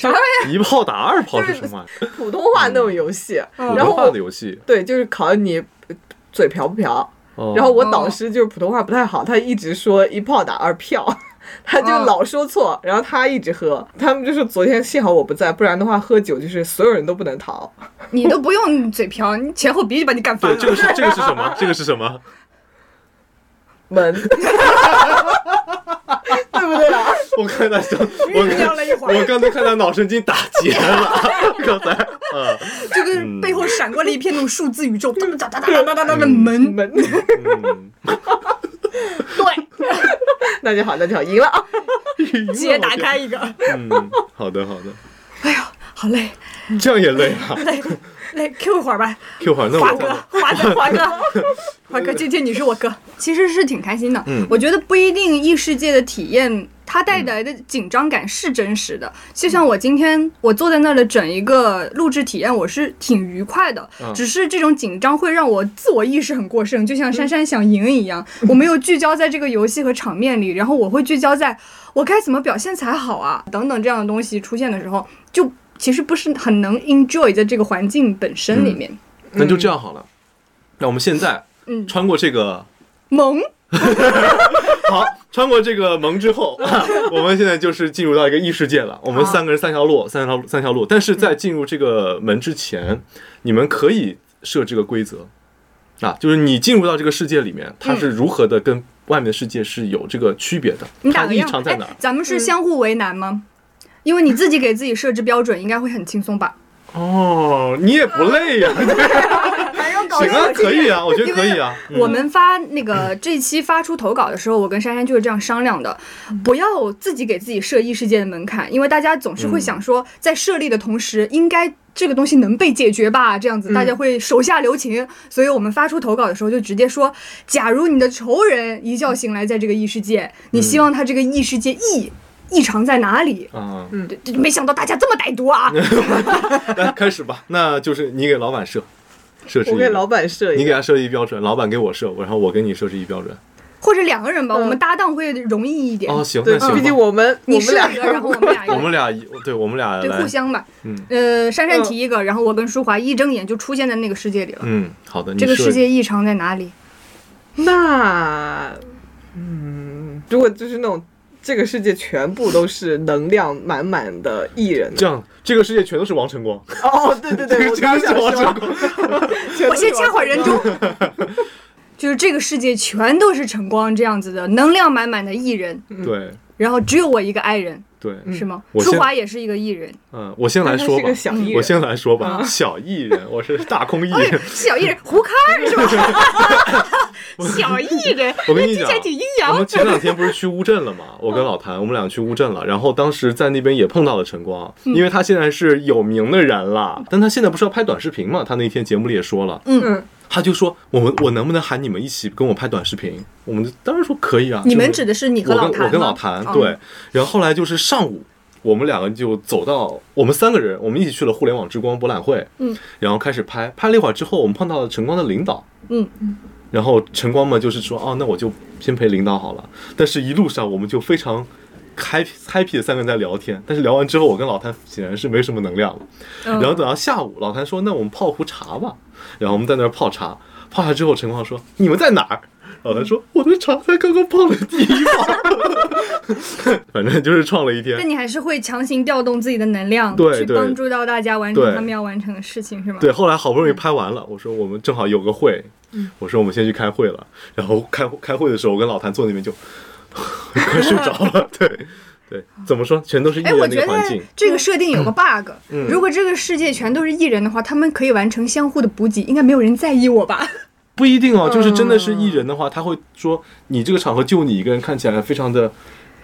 Speaker 1: 一炮打二炮是什么玩意
Speaker 3: 普通话那种游戏。
Speaker 1: 儿？
Speaker 2: 嗯
Speaker 3: 然
Speaker 1: 文
Speaker 3: 后
Speaker 1: 化
Speaker 3: 我
Speaker 1: 的游戏。
Speaker 3: 对，就是考你呃嘴瓢不瓢。
Speaker 1: 哦
Speaker 3: 然后我
Speaker 2: 嗯
Speaker 3: 导师就是普通话不太好，他一直说一炮打二票， 他就
Speaker 2: 哦
Speaker 3: 老说错，然后他一直喝。他们就说昨天幸好我不在，不然的话喝酒就是所有人都不能逃。
Speaker 2: 你都不用嘴瓢，你前后鼻就把你干翻
Speaker 1: 对，这个
Speaker 2: 了。
Speaker 1: 是这个是什么？这个是什么？
Speaker 3: 门，对不对啊？
Speaker 1: 我看他想，我
Speaker 2: 酝酿了一会儿
Speaker 1: 刚我刚才看他脑神经打结了，刚才啊，
Speaker 2: 就跟背后闪过了一片那种数字宇宙，哒哒哒哒哒哒哒的门。
Speaker 3: 门，
Speaker 1: 嗯，
Speaker 3: 那就好，那就好，赢了啊！
Speaker 2: 直接打开一个，
Speaker 1: 嗯，好的好的，
Speaker 2: 好累
Speaker 1: 这样也累啊。
Speaker 2: 累累，Q 一会儿吧。
Speaker 1: Q 好，那
Speaker 2: 华
Speaker 1: 我
Speaker 2: 哥，华哥，华哥，华哥，今天你是我哥，其实是挺开心的。
Speaker 1: 嗯
Speaker 2: 我觉得不一定异世界的体验，它带来的紧张感是真实的。就像我今天我坐在那儿的整一个录制体验，我是挺愉快的。
Speaker 1: 嗯
Speaker 2: 只是这种紧张会让我自我意识很过剩，就像珊珊想赢一 样，我没有聚焦在这个游戏和场面里，然后我会聚焦在我该怎么表现才好啊，等等这样的东西出现的时候，就其实不是很能 enjoy 在这个环境本身
Speaker 1: 嗯
Speaker 2: 里面。
Speaker 1: 那就这样好了。那我们现在
Speaker 2: 嗯
Speaker 1: 穿过这个
Speaker 2: 萌，
Speaker 1: 好，穿过这个门之后， 我们现在就是进入到一个异世界了。我们
Speaker 2: 好
Speaker 1: 三个人三条路，三条三条路。但是在进入这个门之前，你们可以设置个规则啊，就是你进入到这个世界里面，它是如何的跟外面的世界是有这个区别的。
Speaker 2: 你
Speaker 1: 它
Speaker 2: 打个哎
Speaker 1: 异
Speaker 2: 样
Speaker 1: 常在哪儿？
Speaker 2: 咱们是相互为难吗？因为你自己给自己设置标准，应该会很轻松吧？
Speaker 1: 哦，你也不累呀、
Speaker 2: 还要
Speaker 1: 行啊，可以啊，我觉得可以啊。
Speaker 2: 我们发 那个这期发出投稿的时候，我跟珊珊就是这样商量的，
Speaker 1: 嗯
Speaker 2: 不
Speaker 1: 嗯
Speaker 2: 要自己给自己设异世界的门槛，因为大家总是会想说，在设立的同时，应该这个东西能被解决吧？
Speaker 1: 嗯
Speaker 2: 这样子大家会手下留情。所以我们发出投稿的时候就直接说：假如你的仇人一觉醒来在这个异世界，你
Speaker 1: 嗯
Speaker 2: 希望他这个异世界异异常在哪里？
Speaker 1: 啊，
Speaker 2: 对，这没想到大家这么歹 毒啊！
Speaker 1: 来开始吧，那就是你给老板设设置一
Speaker 3: 我
Speaker 1: 个，
Speaker 3: 给老板设
Speaker 1: 你
Speaker 3: 一
Speaker 1: 给
Speaker 3: 个，
Speaker 1: 他设置一标准，老板给我设，然后我给你设置一标准。
Speaker 2: 或者两个人吧，
Speaker 3: 嗯
Speaker 2: 我们搭档会容易一点。
Speaker 1: 哦，行，
Speaker 3: 对
Speaker 1: 那，行吧，
Speaker 3: 毕竟我们我
Speaker 2: 你
Speaker 3: 们
Speaker 2: 设
Speaker 3: 俩
Speaker 2: 一个，然后我 们俩一个
Speaker 1: 我们俩一对，我们俩
Speaker 2: 对
Speaker 1: 来
Speaker 2: 互，相吧。
Speaker 1: 嗯
Speaker 2: 呃，珊珊
Speaker 3: 嗯
Speaker 2: 提一个，然后我跟舒华一睁眼就出现在那个世界里了。
Speaker 1: 嗯，好的，你
Speaker 2: 这个
Speaker 1: 设
Speaker 2: 世界异常在哪里？
Speaker 3: 那嗯，如果就是那种这个世界全部都是能量满满的艺人呢，
Speaker 1: 这样，这个世界全都是王晨光，
Speaker 3: 哦，对 对对，我刚
Speaker 1: 全
Speaker 3: 想
Speaker 1: 都是王晨
Speaker 3: 说，
Speaker 1: 光。
Speaker 3: 全都
Speaker 2: 我
Speaker 3: 是
Speaker 2: 先掐
Speaker 3: 王
Speaker 2: 会儿
Speaker 3: 晨
Speaker 2: 人
Speaker 3: 光
Speaker 2: 中。 就是这个世界全都是晨光这样子的能量满满的艺人，
Speaker 3: 嗯
Speaker 1: 对
Speaker 2: 然后只有我一个 i 人，
Speaker 1: 对，
Speaker 2: 是吗？
Speaker 1: 嗯我
Speaker 2: 舒
Speaker 1: 先
Speaker 2: 华也是一个艺人，
Speaker 1: 嗯，我先来
Speaker 3: 他
Speaker 1: 说
Speaker 3: 是
Speaker 1: 吧
Speaker 3: 个，小艺
Speaker 1: 我
Speaker 3: 人啊
Speaker 1: 先来说吧，小艺 人，我是大空艺
Speaker 2: 哎
Speaker 1: 人，，
Speaker 2: 小艺人胡侃儿是吧？ 小艺人，
Speaker 1: 我跟你
Speaker 2: 听
Speaker 1: 讲
Speaker 2: 起来挺阴
Speaker 1: 我
Speaker 2: 阳
Speaker 1: 们。前两天不是去乌镇了
Speaker 3: 嗯
Speaker 1: 吗？我跟老谭，我们俩去乌镇了，然后当时在那边也碰到了晨光，
Speaker 3: 嗯
Speaker 1: 因为他现在是有名的人了，但他现在不是要拍短视频嘛？他那天节目里也说了，
Speaker 3: 嗯，
Speaker 1: 他就说我们我能不能喊你们一起跟我拍短视频？我们当然说可以啊。
Speaker 2: 你们
Speaker 1: 就是
Speaker 2: 指的是你和
Speaker 1: 我
Speaker 2: 老
Speaker 1: 跟
Speaker 2: 谭吗？
Speaker 1: 我跟老谭
Speaker 2: 哦
Speaker 1: 对，然后后来就是上午，我们两个就走到我们三个人，我们一起去了互联网之光博览会，
Speaker 2: 嗯，
Speaker 1: 然后开始拍，拍了一会儿之后，我们碰到了晨光的领导，
Speaker 2: 嗯，
Speaker 1: 然后晨光嘛就是说，哦，那我就先陪领导好了，但是一路上我们就非常。happy happy 的三个人在聊天，但是聊完之后，我跟老谭显然是没什么能量了。
Speaker 2: 嗯
Speaker 1: 然后等到下午，老谭说：“那我们泡壶茶吧。”然后我们在那儿泡茶，泡茶之后，陈光说：“你们在哪儿？”老谭说：“我的茶才刚刚泡了第一泡。” 反正就是创了一
Speaker 2: 那
Speaker 1: 天。
Speaker 2: 你还是会强行调动自己的能量，
Speaker 1: 对
Speaker 2: 去
Speaker 1: 对
Speaker 2: 帮助到大家完成
Speaker 1: 对
Speaker 2: 他们要完成的事情，是吗？
Speaker 1: 对，后来好不容易拍完了，我说我们正好有个会，
Speaker 2: 嗯
Speaker 1: 我说我们先去开会了。然后开开会的时候，我跟老谭坐那边就 快睡着了。 对对，怎么说，全都是艺
Speaker 2: 哎，我
Speaker 1: 人那
Speaker 2: 觉
Speaker 1: 个
Speaker 2: 得
Speaker 1: 环境。
Speaker 2: 这个设定有个 bug，、
Speaker 1: 嗯
Speaker 2: 如果这个世界全都是艺人的话，他们可以完成相互的补给，应该没有人在意 我吧？
Speaker 1: 不一定哦，就是真的是
Speaker 2: 嗯
Speaker 1: 艺人的话，他会说你这个场合就你一个人，看起来非常的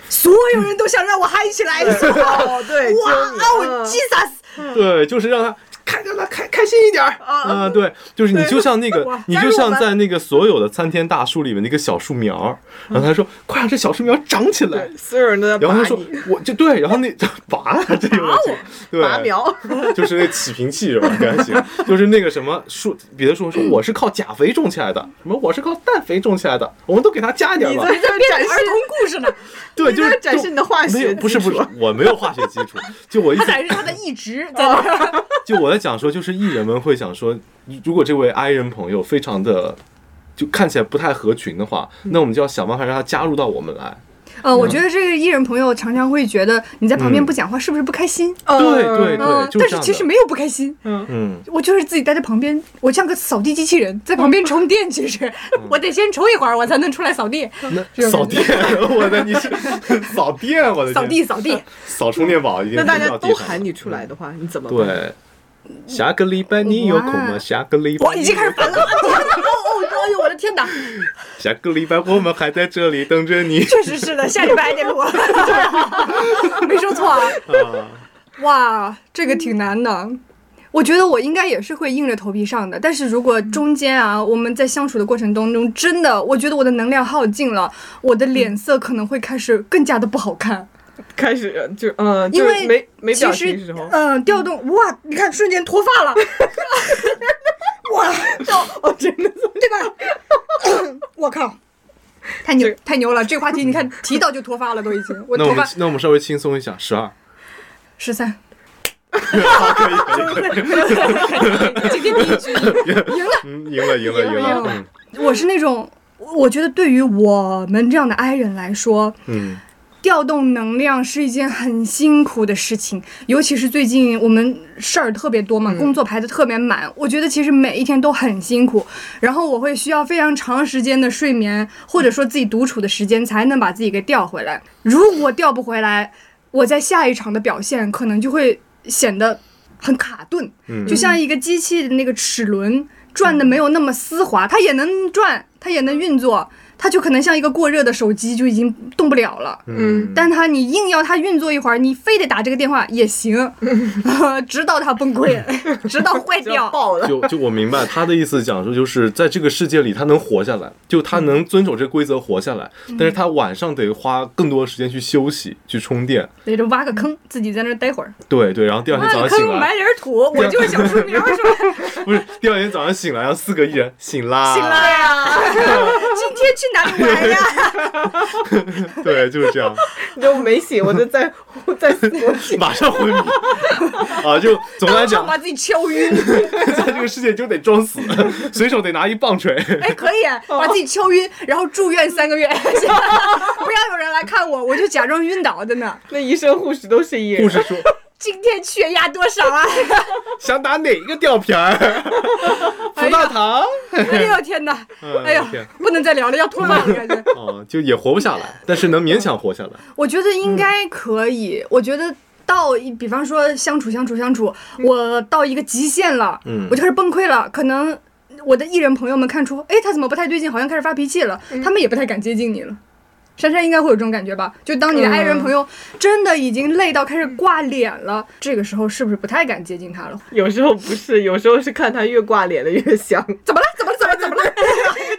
Speaker 2: 所有人都想让我嗨起 来，哇
Speaker 3: 哦， 对，只有你嗯
Speaker 2: 哦，Jesus！
Speaker 1: 对，就是让他开让他开开心一点儿啊、对，就是你就像那 个
Speaker 2: 哇，
Speaker 1: 你
Speaker 2: 加
Speaker 1: 就
Speaker 2: 入我
Speaker 1: 像
Speaker 2: 们
Speaker 1: 在那个所有的参天大树里面那个小树苗儿，然后他说快让这小树苗长起来
Speaker 3: 嗯对，，所有人都在
Speaker 1: 然
Speaker 3: 拔
Speaker 1: 后他说
Speaker 3: 你，
Speaker 1: 我就对，然后那 拔这个东西对
Speaker 3: 拔苗，
Speaker 1: 就是那起瓶器是吧？还 行，就是那个什么树，别的树说我是靠钾肥种起来的，什么我是靠氮肥种起来的，我们都给它加一点
Speaker 3: 你
Speaker 1: 吧
Speaker 3: 在。这展
Speaker 2: 儿
Speaker 3: 示
Speaker 2: 童故事呢，
Speaker 1: 对，
Speaker 3: 你
Speaker 1: 就
Speaker 3: 在
Speaker 1: 是
Speaker 3: 展示你的化
Speaker 1: 没有
Speaker 3: 学
Speaker 1: 不是
Speaker 3: 基
Speaker 1: 不是
Speaker 3: 础，
Speaker 1: 我没有化学基础，就我一
Speaker 2: 他
Speaker 1: 直
Speaker 2: 展示他的一直在 那儿。
Speaker 1: 就我在讲说，就是艺人们会想说，如果这位 I 人朋友非常的就看起来不太合群的话，那我们就要想办法让他加入到我们来。
Speaker 2: 呃，我觉得这个艺人朋友常常会觉得你在旁边不讲话是不是不开心？
Speaker 1: 对嗯对
Speaker 2: 嗯、
Speaker 1: 对，就
Speaker 2: 但
Speaker 1: 这
Speaker 2: 是
Speaker 1: 样
Speaker 2: 其实
Speaker 1: 的。
Speaker 2: 没有不开心，
Speaker 1: 嗯，
Speaker 2: 我就是自己待在旁边，我像个扫地机器人，在旁边充电。其实我得先充一会儿，我才能出来扫地，
Speaker 1: 那扫地，我的你是扫地，啊我的天
Speaker 2: 扫地，扫地。
Speaker 1: 扫充电宝已经
Speaker 3: 那大
Speaker 1: 扔
Speaker 3: 家
Speaker 1: 到地
Speaker 3: 都
Speaker 1: 上
Speaker 3: 喊
Speaker 1: 了
Speaker 3: 你出来的话，你怎么办？
Speaker 1: 对。下个礼拜你有空吗？
Speaker 2: 哇
Speaker 1: 下个礼拜
Speaker 2: 我已经开始 烦了，我的天哪！哦哦，哎呦，我的天哪！
Speaker 1: 下个礼拜我们还在这里等着你
Speaker 2: 确实是的，下礼拜还得 录，没说错啊。
Speaker 1: 啊！
Speaker 2: 哇，这个挺难的。我觉得我应该也是会硬着头皮上的，但是如果中间啊，我们在相处的过程当中，真的，我觉得我的能量耗尽了，我的脸色可能会开始更加的不好看。
Speaker 3: 开始就嗯，
Speaker 2: 因
Speaker 3: 就是
Speaker 2: 为
Speaker 3: 没没
Speaker 2: 其
Speaker 3: 表情的
Speaker 2: 实
Speaker 3: 时候，，
Speaker 2: 嗯、调动哇，你看瞬间脱发了， 哇，
Speaker 3: 哦，真的
Speaker 2: 对吧？ 我靠，太牛太牛了！这个话题你看提到就脱发了，都已 经，我
Speaker 1: 那我
Speaker 2: 头
Speaker 1: 们
Speaker 2: 发
Speaker 1: 那我们稍微轻松一下，十二，
Speaker 2: 十三，
Speaker 1: 好，可以可以可以，
Speaker 2: 今天第一局
Speaker 1: 嗯，赢了赢了赢
Speaker 2: 赢了
Speaker 1: 了，嗯
Speaker 2: 我是那种，我我觉得对于我们这样的 i 人来说，
Speaker 1: 嗯
Speaker 2: 调动能量是一件很辛苦的事情，尤其是最近我们事儿特别多嘛，工作排的特别满，我觉得其实每一天都很辛苦。然后我会需要非常长时间的睡眠，或者说自己独处的时间，才能把自己给调回来。如果调不回来，我在下一场的表现可能就会显得很卡顿，
Speaker 1: 嗯
Speaker 2: 就像一个机器的那个齿轮转的没有那么丝滑，它也能转，它也能运作，它就可能像一个过热的手机，就已经动不了了。
Speaker 3: 嗯
Speaker 2: 但它你硬要它运作一会儿，你非得打这个电话 也行， 直到它崩溃，直到坏
Speaker 3: 就要
Speaker 2: 掉。
Speaker 3: 爆了。
Speaker 1: 就就我明白他的意思，讲述就是在这个世界里，他能活下来，就他能遵守这个规则活下来，
Speaker 2: 嗯
Speaker 1: 但是他晚上得花更多的时间去休息、去充电。
Speaker 2: 得就挖个坑，自己在那儿待会儿。
Speaker 1: 对对，然后第二天
Speaker 2: 挖
Speaker 1: 早
Speaker 2: 个
Speaker 1: 上醒
Speaker 2: 坑埋
Speaker 1: 来，
Speaker 2: 点 土，我就是小树苗，是吧？
Speaker 1: 不是第二天早上醒来，然后四个艺人醒啦，
Speaker 2: 醒 了，呀，今天去哪里玩呀？
Speaker 1: 对，就是这样，
Speaker 3: 你就没醒，我就在我在思考
Speaker 1: 马上昏迷啊！就总的来
Speaker 2: 想
Speaker 1: 讲，
Speaker 2: 把自己敲晕，
Speaker 1: 在这个世界就得装死， 随手得拿一棒槌。
Speaker 2: 哎，可以 把自己敲晕，然后住院三个月， 不要有人来看我，我就假装晕倒在那儿。
Speaker 3: 那医生护士都是艺
Speaker 1: 护
Speaker 3: 人，
Speaker 1: 士说
Speaker 2: 今天血压多 少啊？
Speaker 1: 想打哪一个吊瓶 儿？葡萄糖。
Speaker 2: 哎呦天哪！
Speaker 1: 嗯
Speaker 2: 哎呦
Speaker 1: 天，
Speaker 2: 不能再聊了，要脱发了感觉。
Speaker 1: 哦，就也活不下来，但是能勉强活下来。
Speaker 2: 我觉得应该
Speaker 1: 嗯
Speaker 2: 可以，我觉得。到一，比方说相处相处相处，我到一个极限了，
Speaker 1: 嗯
Speaker 2: 我就开始崩溃了。可能我的艺人朋友们看出，哎，他怎么不太对劲，好像开始发脾气了，
Speaker 1: 嗯
Speaker 2: 他们也不太敢接近你了。珊珊应该会有这种感觉吧？就当你的爱人
Speaker 3: 嗯
Speaker 2: 朋友真的已经累到开始挂脸了，这个时候是不是不太敢接近他了？
Speaker 3: 有时候不是，有时候是看他越挂脸的越香，
Speaker 2: 怎么了？怎么了？怎么 了？怎么了？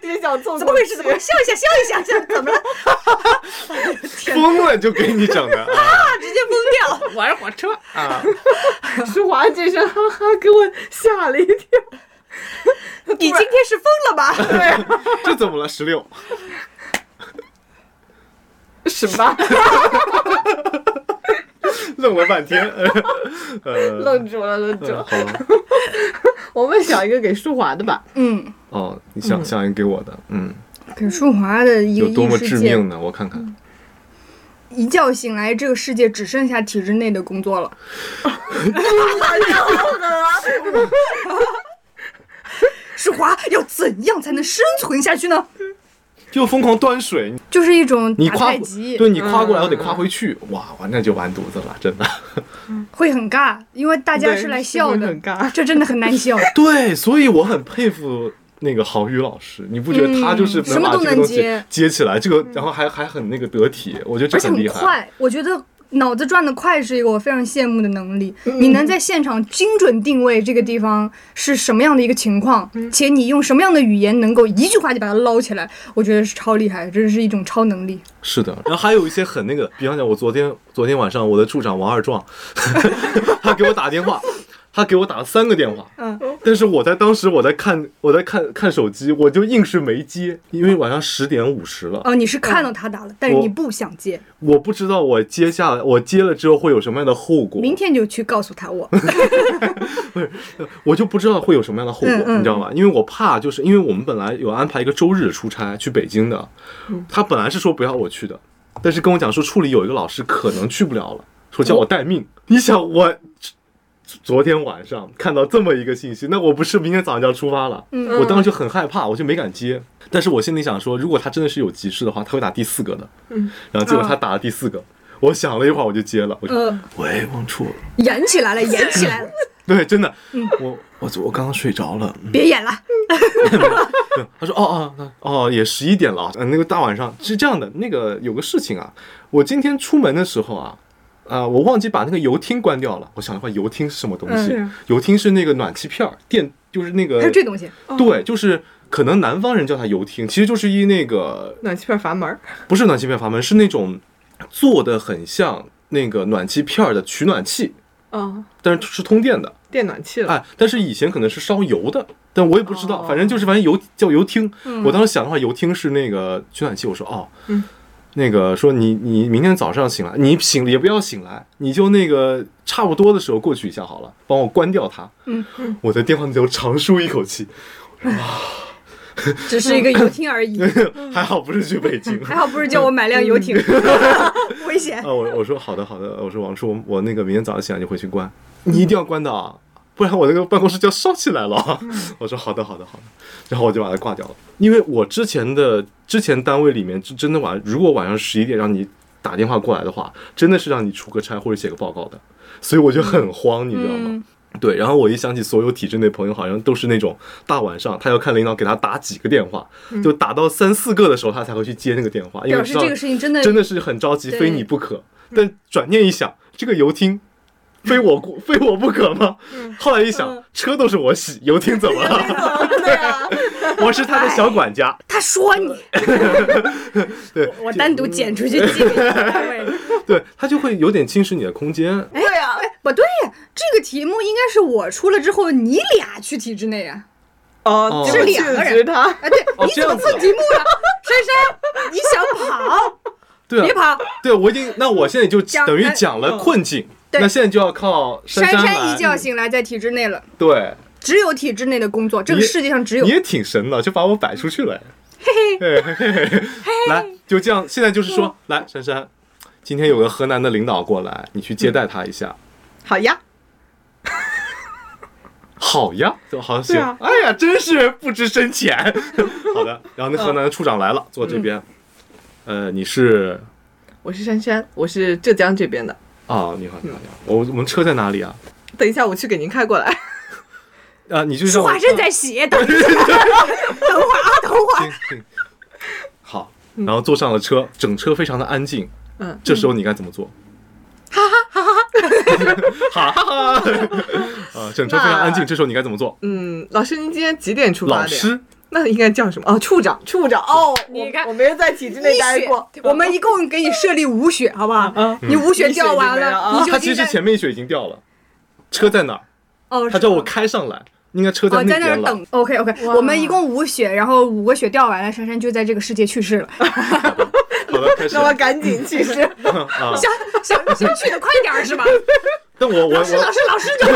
Speaker 3: 越想凑过去
Speaker 2: 怎么回事？怎么了？笑一下，笑一下，笑怎么 了？
Speaker 1: 疯了就给你整的啊
Speaker 2: 直接崩掉。
Speaker 3: 玩火车？
Speaker 1: 啊！
Speaker 3: 舒华这声哈哈给我吓了一跳。
Speaker 2: 你今天是疯 了吧？
Speaker 3: 对啊，
Speaker 1: 这怎么了？十六，
Speaker 3: 什 么？
Speaker 1: 愣了半天， 呃，
Speaker 3: 愣住了，愣住
Speaker 1: 嗯
Speaker 3: 了。
Speaker 1: 好了
Speaker 3: 我们想一个给舒华的 吧。
Speaker 2: 嗯，
Speaker 1: 哦，你想想一个给我的，嗯，
Speaker 2: 给舒华的一个
Speaker 1: 有多
Speaker 2: 异
Speaker 1: 么
Speaker 2: 世
Speaker 1: 致
Speaker 2: 界
Speaker 1: 命呢？啊我看
Speaker 2: 嗯
Speaker 1: 看，
Speaker 2: 一觉醒来，这个世界只剩下体制内的工作了。是华要怎样才能生存下去呢？
Speaker 1: 就疯狂端水，
Speaker 2: 就是一种
Speaker 1: 你
Speaker 2: 打
Speaker 1: 夸
Speaker 2: 太极，嗯
Speaker 1: 对你夸过来，我得夸回去，哇哇，那就完犊子了，真 的。
Speaker 2: 会很尬，因为大家
Speaker 3: 对
Speaker 2: 是来
Speaker 3: 是会
Speaker 2: 笑的
Speaker 3: 很尬，
Speaker 2: 这真的很难笑。
Speaker 1: 对，所以我很佩服。那个郝宇老师，你不觉得他就是
Speaker 2: 嗯什
Speaker 1: 能
Speaker 2: 么
Speaker 1: 把
Speaker 2: 都
Speaker 1: 这个
Speaker 2: 能
Speaker 1: 东西
Speaker 2: 接嗯
Speaker 1: 接起来，这个然后还还很那个得体，我觉得这
Speaker 2: 而且
Speaker 1: 很
Speaker 2: 很
Speaker 1: 厉害。
Speaker 2: 快，我觉得脑子转得快是一个我非常羡慕的能力。
Speaker 1: 嗯
Speaker 2: 你能在现场精准定位这个地方是什么样的一个情况，
Speaker 1: 嗯
Speaker 2: 且你用什么样的语言能够一句话就把它捞起来，我觉得是超厉害，这是一种超能力。
Speaker 1: 是的，然后还有一些很那个，比方讲，我昨天昨天晚上我的处长王二壮， 他给我打电话，他给我打了三个电话，
Speaker 2: 嗯，
Speaker 1: 但是我在当时我在看我在看看手机，我就硬是没接，因为晚上十点五十了，
Speaker 2: 哦，你是看到他打了，但是
Speaker 1: 我
Speaker 2: 你不想接，
Speaker 1: 我不知道我接下来我接了之后会有什么样的后果，
Speaker 2: 明天就去告诉他 我。
Speaker 1: 我就不知道会有什么样的后果，
Speaker 2: 嗯嗯
Speaker 1: 你知道吗？因为我怕，就是因为我们本来有安排一个周日出差去北京的，
Speaker 2: 嗯
Speaker 1: 他本来是说不要我去的，但是跟我讲说处里有一个老师可能去不了了，说叫我待命。你想我昨天晚上看到这么一个信息，那我不是明天早上就要出发了？
Speaker 2: 嗯
Speaker 1: 我当时就很害怕，我就没敢接。但是我心里想说，如果他真的是有急事的话，他会打第四个的。
Speaker 3: 嗯，
Speaker 1: 然后结果他打了第四个，我想了一会儿我就接了，我就、
Speaker 2: 呃，
Speaker 1: 喂，王处。
Speaker 2: 演起来了，演起 来了，
Speaker 1: 对，真的，
Speaker 2: 嗯
Speaker 1: 我我我刚刚睡着了，嗯
Speaker 2: 别演了。
Speaker 1: 他说：“哦哦那哦，也十一点了啊。嗯，那个大晚上是这样的，那个有个事情啊，我今天出门的时候啊，啊、我忘记把那个油汀关掉了。我想了会儿，油汀是什么东西？
Speaker 3: 嗯
Speaker 1: 油汀是那个暖气片儿，电就是那个
Speaker 2: 还有哎这东西，
Speaker 1: 对，就是可能南方人叫它油汀，其实就是一那个
Speaker 3: 暖气片阀门儿，
Speaker 1: 不是暖气片阀门，是那种做的很像那个暖气片儿的取暖器，
Speaker 2: 哦
Speaker 3: 啊，
Speaker 1: 但是是通电的。”
Speaker 3: 电暖气了。
Speaker 1: 哎，但是以前可能是烧油的，但我也不知道，
Speaker 3: 哦
Speaker 1: 反正就是反正油叫油汀。我当时想的话，油汀是那个取暖器。我说哦，
Speaker 3: 嗯
Speaker 1: 那个说你你明天早上醒来，你醒了也不要醒来，你就那个差不多的时候过去一下好了，帮我关掉它。
Speaker 2: 嗯，
Speaker 1: 我在电话那头长舒一口气，
Speaker 2: 只是一个游艇而
Speaker 1: 嗯
Speaker 2: 已，
Speaker 1: 还好不是去北京。
Speaker 2: 还好不是叫我买辆游艇， 危险
Speaker 1: 啊，。我我说好的好的，我说王叔，我我那个明天早上醒来就回去关，你一定要关的啊，不然我那个办公室就要烧起来了。
Speaker 2: 嗯
Speaker 1: 我说好的好的好的，然后我就把它挂掉了，因为我之前的之前单位里面真真的晚，如果晚上十一点让你打
Speaker 2: 嗯
Speaker 1: 电话过来的话，真的是让你出个差或者写个报告的，所以我就很慌，你知道吗？对，然后我一想起所有体制内朋友，好像都是那种大晚上他要看领导给他打几个电话，就打到三四个的时候，他才会去接那个电话，因为
Speaker 2: 嗯表
Speaker 1: 知
Speaker 2: 示
Speaker 1: 道
Speaker 2: 这个事情真的
Speaker 1: 真的是很着急，
Speaker 2: 对嗯
Speaker 1: 非你不可。但转念一想，这个游艇非我 不非我不可吗？
Speaker 2: 嗯
Speaker 1: 后来一想，车都是我洗，游艇怎么了？
Speaker 2: 对啊，
Speaker 1: 我是他的小管家。
Speaker 2: 他说你，
Speaker 1: 对
Speaker 2: 我单独剪出去寄给单位。
Speaker 1: 对，他就会有点侵蚀你的空间。
Speaker 2: 对啊，哎，不对呀，这个题目应该是我出了之后，你俩去体制内啊。
Speaker 3: 哦，
Speaker 1: 哦
Speaker 3: 就是
Speaker 2: 两个人
Speaker 3: 制止他，
Speaker 2: 啊，对，
Speaker 1: 哦
Speaker 2: 你
Speaker 1: 这
Speaker 2: 怎么
Speaker 1: 样子
Speaker 2: 做题目了？珊珊，你想跑？
Speaker 1: 对啊
Speaker 2: 别，跑，
Speaker 1: 对我已经，那我现在就
Speaker 2: 讲
Speaker 1: 等于
Speaker 2: 了
Speaker 1: 讲了
Speaker 3: 嗯
Speaker 1: 困境，
Speaker 2: 对
Speaker 1: 那现在就要靠珊
Speaker 2: 珊珊
Speaker 1: 来嗯
Speaker 2: 一。觉醒哎来在体制内了，
Speaker 1: 对，
Speaker 2: 只有体制内的工作，这个
Speaker 1: 你
Speaker 2: 世界上只有
Speaker 1: 你。也挺神的，就把我摆出去了。嘿嘿嘿嘿嘿，来，就这样。现在就是
Speaker 2: 嗯
Speaker 1: 说，来，珊珊，今天有个河南的领导过来，你去接
Speaker 2: 嗯
Speaker 1: 待他一下。
Speaker 3: 好呀，
Speaker 1: 好呀，就好像行。
Speaker 3: 对啊
Speaker 1: 哎呀，真是不知深浅。 好的，然后那河南的处长来了，坐这边。呃，你是
Speaker 3: 我是珊珊，我是浙江这边的。
Speaker 1: 啊？你好，你好，你好。我我们车在哪里啊？
Speaker 3: 等一下，我去给您开过来。
Speaker 1: 啊，你就
Speaker 2: 舒
Speaker 1: 让我
Speaker 2: 华正在写，等一下，等会儿啊，等会儿。
Speaker 1: 行行好，然后坐上了车，整车非常的安静。
Speaker 3: 嗯，
Speaker 1: 这时候你该怎么做？哈哈哈哈哈， 哈哈哈！啊，整车非常安静。这时候你该怎么做？
Speaker 3: 嗯，老师，您今天几点出发
Speaker 1: 老
Speaker 3: 的呀？
Speaker 1: 师，
Speaker 3: 那应该叫什么？哦，处长，处长。哦，
Speaker 2: 你
Speaker 3: 我
Speaker 2: 看
Speaker 3: 我没有在体制内待过
Speaker 2: 医。学我们一共给你设立五血，好不好？
Speaker 3: 嗯
Speaker 2: 你五血掉完
Speaker 3: 嗯
Speaker 2: 了，你
Speaker 1: 他
Speaker 2: 就
Speaker 1: 其
Speaker 2: 应
Speaker 1: 实
Speaker 2: 该
Speaker 1: 前面一血已经掉了，车在哪儿？
Speaker 2: 哦，
Speaker 1: 他叫我开上来，应该车
Speaker 2: 哦，
Speaker 1: 那
Speaker 2: 在那儿
Speaker 1: 边了。
Speaker 2: 等。OK OK，我们一共五血，然后五个血掉完了，珊珊就在这个世界去世了。
Speaker 1: 好的，开始
Speaker 3: 那。我赶紧 去世。
Speaker 1: 啊，
Speaker 2: 想想想去的快点儿是吧？
Speaker 1: 但我我我
Speaker 2: 老师老师老师就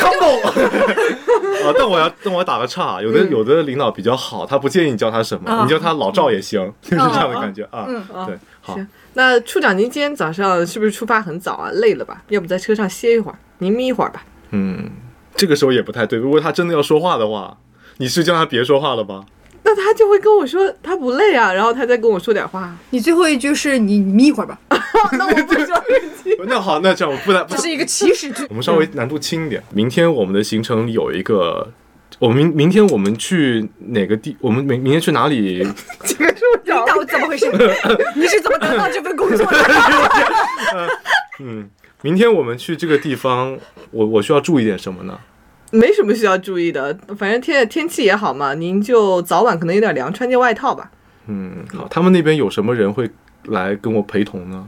Speaker 1: combo 啊，但我要但我要打个岔啊，有的有的领导比较好，他不建议你叫他什么，
Speaker 2: 嗯啊
Speaker 1: 你叫他老赵也行， 就是这样的感觉啊
Speaker 2: 嗯。
Speaker 1: 对，好，
Speaker 3: 行，那处长，您今天早上是不是出发很早啊？累了吧？要不在车上歇一会儿，您眯一会儿吧。
Speaker 1: 嗯，这个时候也不太对。如果他真的要说话的话，你是叫他别说话了吧？
Speaker 3: 那他就会跟我说他不累啊，然后他再跟我说点话。
Speaker 2: 你最后一句是你眯一会儿吧，
Speaker 3: 那我不说日记。
Speaker 1: 那好，那这样我不然不
Speaker 2: 这是一个祈使句
Speaker 1: 我。们稍微难度轻一点。明天我们的行程有一个，我们明明天我们去哪个地？我们明明天去哪里？
Speaker 3: 这个处
Speaker 2: 领
Speaker 3: 长，
Speaker 2: 导怎么回 事？你是怎么得到这份工作的？
Speaker 1: 嗯，明天我们去这个地方，我我需要注意点什么呢？
Speaker 3: 没什么需要注意的，反正天天气也好嘛，您就早晚可能有点凉，穿件外套吧。
Speaker 1: 嗯，好，他们那边有什么人会来跟我陪同呢？，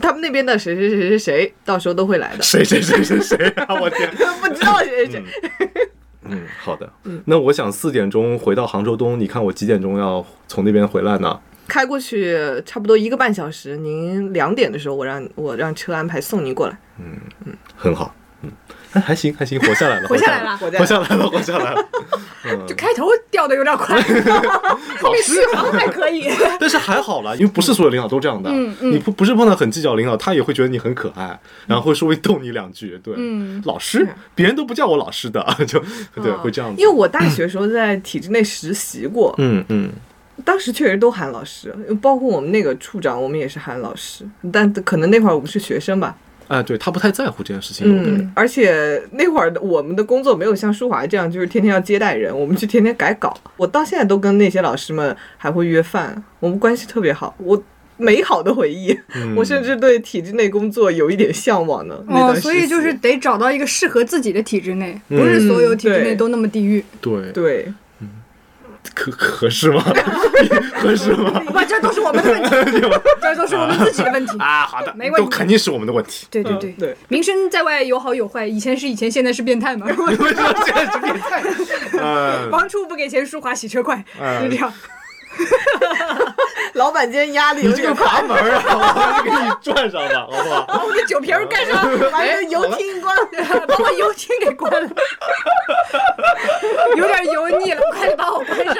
Speaker 3: 他们那边的谁谁谁谁谁，到时候都会来的
Speaker 1: 谁谁谁谁谁 啊！我天，
Speaker 3: 不知道谁谁谁。
Speaker 1: 嗯，好的，那我想四点钟回到杭州东，你看我几点钟要从那边回来呢？
Speaker 3: 开过去差不多一个半小时，您两点的时候，我让我让车安排送您过来。
Speaker 1: 很好，嗯，哎还行还行，活下来了，
Speaker 2: 活下
Speaker 1: 下
Speaker 2: 来了
Speaker 1: 活下来了，活下来 了。
Speaker 3: 嗯
Speaker 2: 就开头掉的有点 快，后面续航还可以。
Speaker 1: 但是还好啦，因为不是所有领导都这样的。
Speaker 2: 嗯嗯
Speaker 1: 你不不是碰到很计较的领导，他也会觉得你很可爱，然后会稍微逗你两句。对，
Speaker 2: 嗯
Speaker 1: 老师，别人都不叫我老师的， 就对，会这样子。
Speaker 3: 因为我大学时候在体制内实习过，
Speaker 1: 嗯嗯，
Speaker 3: 当时确实都喊老师，包括我们那个处长，我们也是喊老师。但可能那会儿我们是学生吧，
Speaker 1: 哎，对他不太在乎这件事情。我
Speaker 3: 嗯，而且那会儿的我们的工作没有像舒华这样，就是天天要接待人，我们去天天改稿。我到现在都跟那些老师们还会约饭，我们关系特别好，我美好的回忆。
Speaker 1: 嗯
Speaker 3: 我甚至对体制内工作有一点向往呢。那
Speaker 2: 哦，
Speaker 3: 段
Speaker 2: 所
Speaker 3: 时
Speaker 2: 以
Speaker 3: 期
Speaker 2: 就是得找到一个适合自己的体制内，
Speaker 3: 嗯
Speaker 2: 不是所有体制内都那么地狱。
Speaker 1: 对，
Speaker 3: 对，
Speaker 1: 可合适吗？ 合适吗？
Speaker 2: 哇，哦这都是我们的问 题，这都是我们自己的问题。
Speaker 1: 啊，好的，
Speaker 2: 没问题
Speaker 1: 都肯定是我们的问题。
Speaker 2: 对对
Speaker 3: 嗯
Speaker 2: 对
Speaker 3: 对，
Speaker 2: 名声在外有好有坏，以前是以前，现在是变 态嘛。
Speaker 1: 为什么现在是变态？嗯
Speaker 2: 王处不给钱，舒华洗车快，
Speaker 3: 嗯
Speaker 2: 就这样。
Speaker 3: 老板今天压力有
Speaker 1: 你这
Speaker 3: 点
Speaker 1: 个
Speaker 3: 大，
Speaker 1: 阀门啊， 我给你转上吧，好不好？
Speaker 2: 把我的酒瓶儿盖 上，
Speaker 3: 把这个游艇关了。
Speaker 2: 把我油漆给关了，有点油腻了，快点把我关上，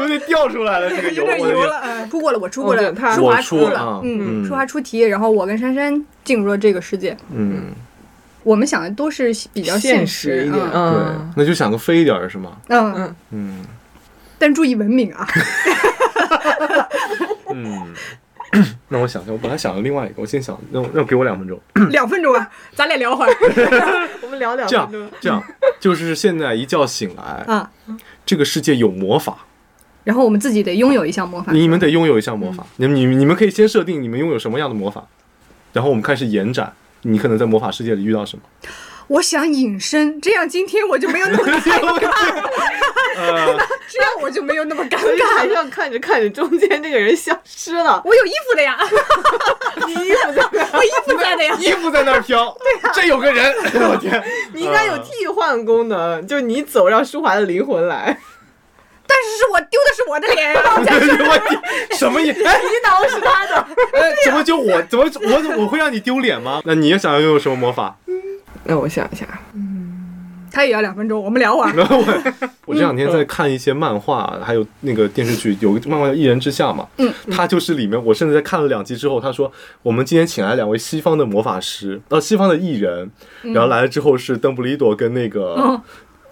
Speaker 1: 有点掉出来了，这个油
Speaker 2: 有，点
Speaker 1: 我的
Speaker 2: 油
Speaker 1: 天
Speaker 2: 了。哎出过了，我出过
Speaker 3: 哦
Speaker 2: 了
Speaker 3: 对，他
Speaker 2: 舒华
Speaker 1: 我出
Speaker 2: 了
Speaker 1: 啊，
Speaker 2: 嗯，
Speaker 1: 嗯
Speaker 2: 舒华出题，然后我跟珊珊进入了这个世界。
Speaker 1: 嗯，
Speaker 2: 我们想的都是比较
Speaker 3: 现
Speaker 2: 实
Speaker 3: 实一点，
Speaker 2: 嗯
Speaker 1: 对
Speaker 3: 嗯，，
Speaker 1: 那就想个飞一点儿是 吗？
Speaker 2: 嗯，
Speaker 3: 嗯，
Speaker 1: 嗯
Speaker 2: 但注意文明啊。
Speaker 1: 嗯，让我想想，我本来想了另外一个，我先想，让我让我给我两分钟。
Speaker 2: 两分钟啊，咱俩聊会儿
Speaker 3: 我们聊两
Speaker 1: 这样
Speaker 3: 分 钟，
Speaker 1: 这样，就是现在一觉醒来，
Speaker 2: 啊。
Speaker 1: 这个世界有魔法，
Speaker 2: 然后我们自己得拥有一项魔法，
Speaker 1: 你们得拥有一项魔法。你们你们你们可以先设定你们拥有什么样的魔法，然后我们开始延展，你可能在魔法世界里遇到什么。
Speaker 2: 我想隐身，这样今天我就没有那么 尴尬，
Speaker 1: 呃，
Speaker 2: 这样我就没有那么尴
Speaker 3: 所以
Speaker 2: 尬。
Speaker 3: 台上看着看着，中间那个人消失了，
Speaker 2: 我有衣服的呀，
Speaker 3: 你衣服在哪？
Speaker 2: 我衣服在的呀。
Speaker 1: 衣服在那儿飘，这有个人，我天，
Speaker 3: 你应该有替换功能，就你走，让舒华的灵魂来。
Speaker 2: 但是是我丢的是我的 脸呀、
Speaker 1: 哎呦我天，什么也哎
Speaker 3: 你脑是他的，
Speaker 1: 哎，怎么就我怎么我我会让你丢脸吗？那你也想要拥有什么魔法？
Speaker 3: 那我想一下，
Speaker 2: 他也要两分钟，我们聊会儿。
Speaker 1: 然后我我这两
Speaker 2: 嗯
Speaker 1: 天在看一些漫画，还有那个电视剧，有个漫画叫《一人之下》嘛，
Speaker 2: 嗯，
Speaker 1: 他就是里面，我甚至在看了两集之后，他说我们今天请来两位西方的魔法师，呃，西方的艺人，然后来了之后是邓布利多跟那个。
Speaker 2: 嗯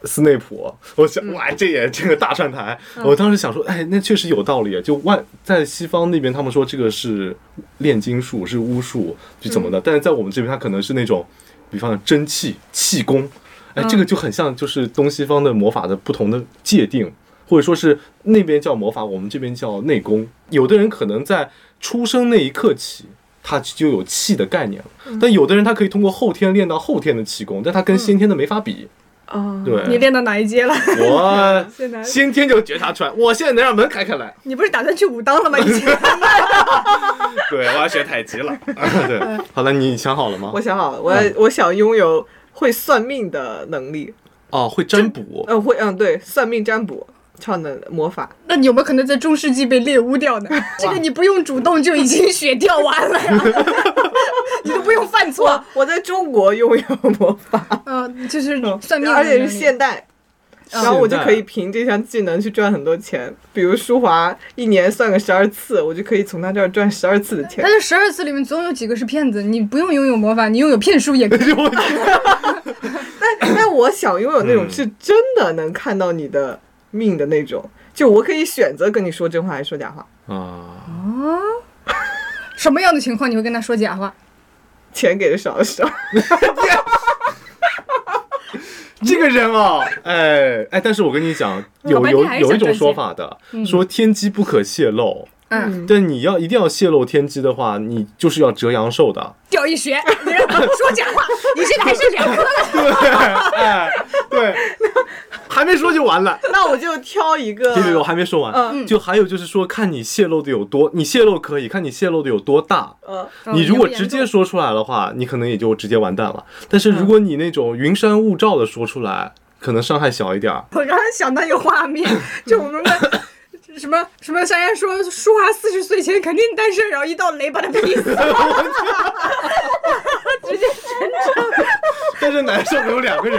Speaker 1: 斯内普，我想哇，这也这个大串台，
Speaker 2: 嗯
Speaker 1: 我当时想说，哎，那确实有道理。就外在西方那边，他们说这个是炼金术，是巫术，就怎么
Speaker 2: 嗯
Speaker 1: 的，但是在我们这边，它可能是那种，比方真气、气功，哎，
Speaker 3: 嗯
Speaker 1: 这个就很像就是东西方的魔法的不同的界定，或者说是那边叫魔法，我们这边叫内功。有的人可能在出生那一刻起，他就有气的概念
Speaker 3: 嗯
Speaker 1: 了，但有的人他可以通过后天练到后天的气功，但他跟先天的没法比。
Speaker 3: 啊，
Speaker 1: 对，
Speaker 2: 你练到哪一阶了？
Speaker 1: 我
Speaker 2: 现在
Speaker 1: 先天就觉察出来，我现在能让门开开来。
Speaker 2: 你不是打算去武当了吗？已经
Speaker 1: 对，我要学太极了。 对，好了，你想好了吗
Speaker 3: 我？想好了，我要我想拥有会算命的能力，
Speaker 1: 哦，会占卜，
Speaker 3: 嗯，会，嗯，对，算命占卜。超能魔法，
Speaker 2: 那你有没有可能在中世纪被猎巫 掉呢？这个你不用主动就已经血掉完了呀，你都不用犯错。
Speaker 3: 我在中国拥有魔法，
Speaker 2: 嗯，就是算命的
Speaker 3: 而
Speaker 2: 能力，
Speaker 3: 且是现代，
Speaker 1: 嗯
Speaker 3: 然后我就 可以凭这项技能去赚很多钱。比如舒华一年算个十二次，我就可以从他这儿赚十二次的钱
Speaker 2: 但。是十二次里面总有几个是骗子，你不用拥有魔法，你拥有骗术 也可以。
Speaker 3: 但但我想拥有那种
Speaker 1: 嗯
Speaker 3: 是真的能看到你的命的那种，就我可以选择跟你说真话还是说假话。
Speaker 1: 啊。
Speaker 2: 什么样的情况你会跟他说假话？
Speaker 3: 钱给的少少，
Speaker 1: 这个人哦，哎哎，但是嗯我跟你讲，有
Speaker 2: 老白
Speaker 1: 有
Speaker 2: 你还是
Speaker 1: 有一
Speaker 2: 想
Speaker 1: 种
Speaker 2: 赚
Speaker 1: 说
Speaker 2: 钱
Speaker 1: 法的，说天机不可泄露。
Speaker 2: 嗯，
Speaker 1: 但你要一定要泄露天机的话，你就是要折阳寿的。
Speaker 2: 掉一学，你让他说假话，你现在还是两颗了。
Speaker 1: 对，哎， 对，还没说就完了。
Speaker 3: 那我就挑一个
Speaker 1: 对。对对，我还没说完。
Speaker 3: 嗯
Speaker 1: 就还有就是说，看你泄露的有多，你泄露可以，看你泄露的有多大。
Speaker 3: 呃，
Speaker 1: 你如果
Speaker 2: 嗯
Speaker 1: 直接说出来的话，你可能也就直接完蛋了。但是如果你那种云山雾罩的说出来，可能伤害小一点儿。
Speaker 2: 我刚才想到一个画面，就我们的什么什么珊珊说舒华四十岁前肯定单身，然后一道雷把他劈死， 直接
Speaker 1: 但是难受的有两个人，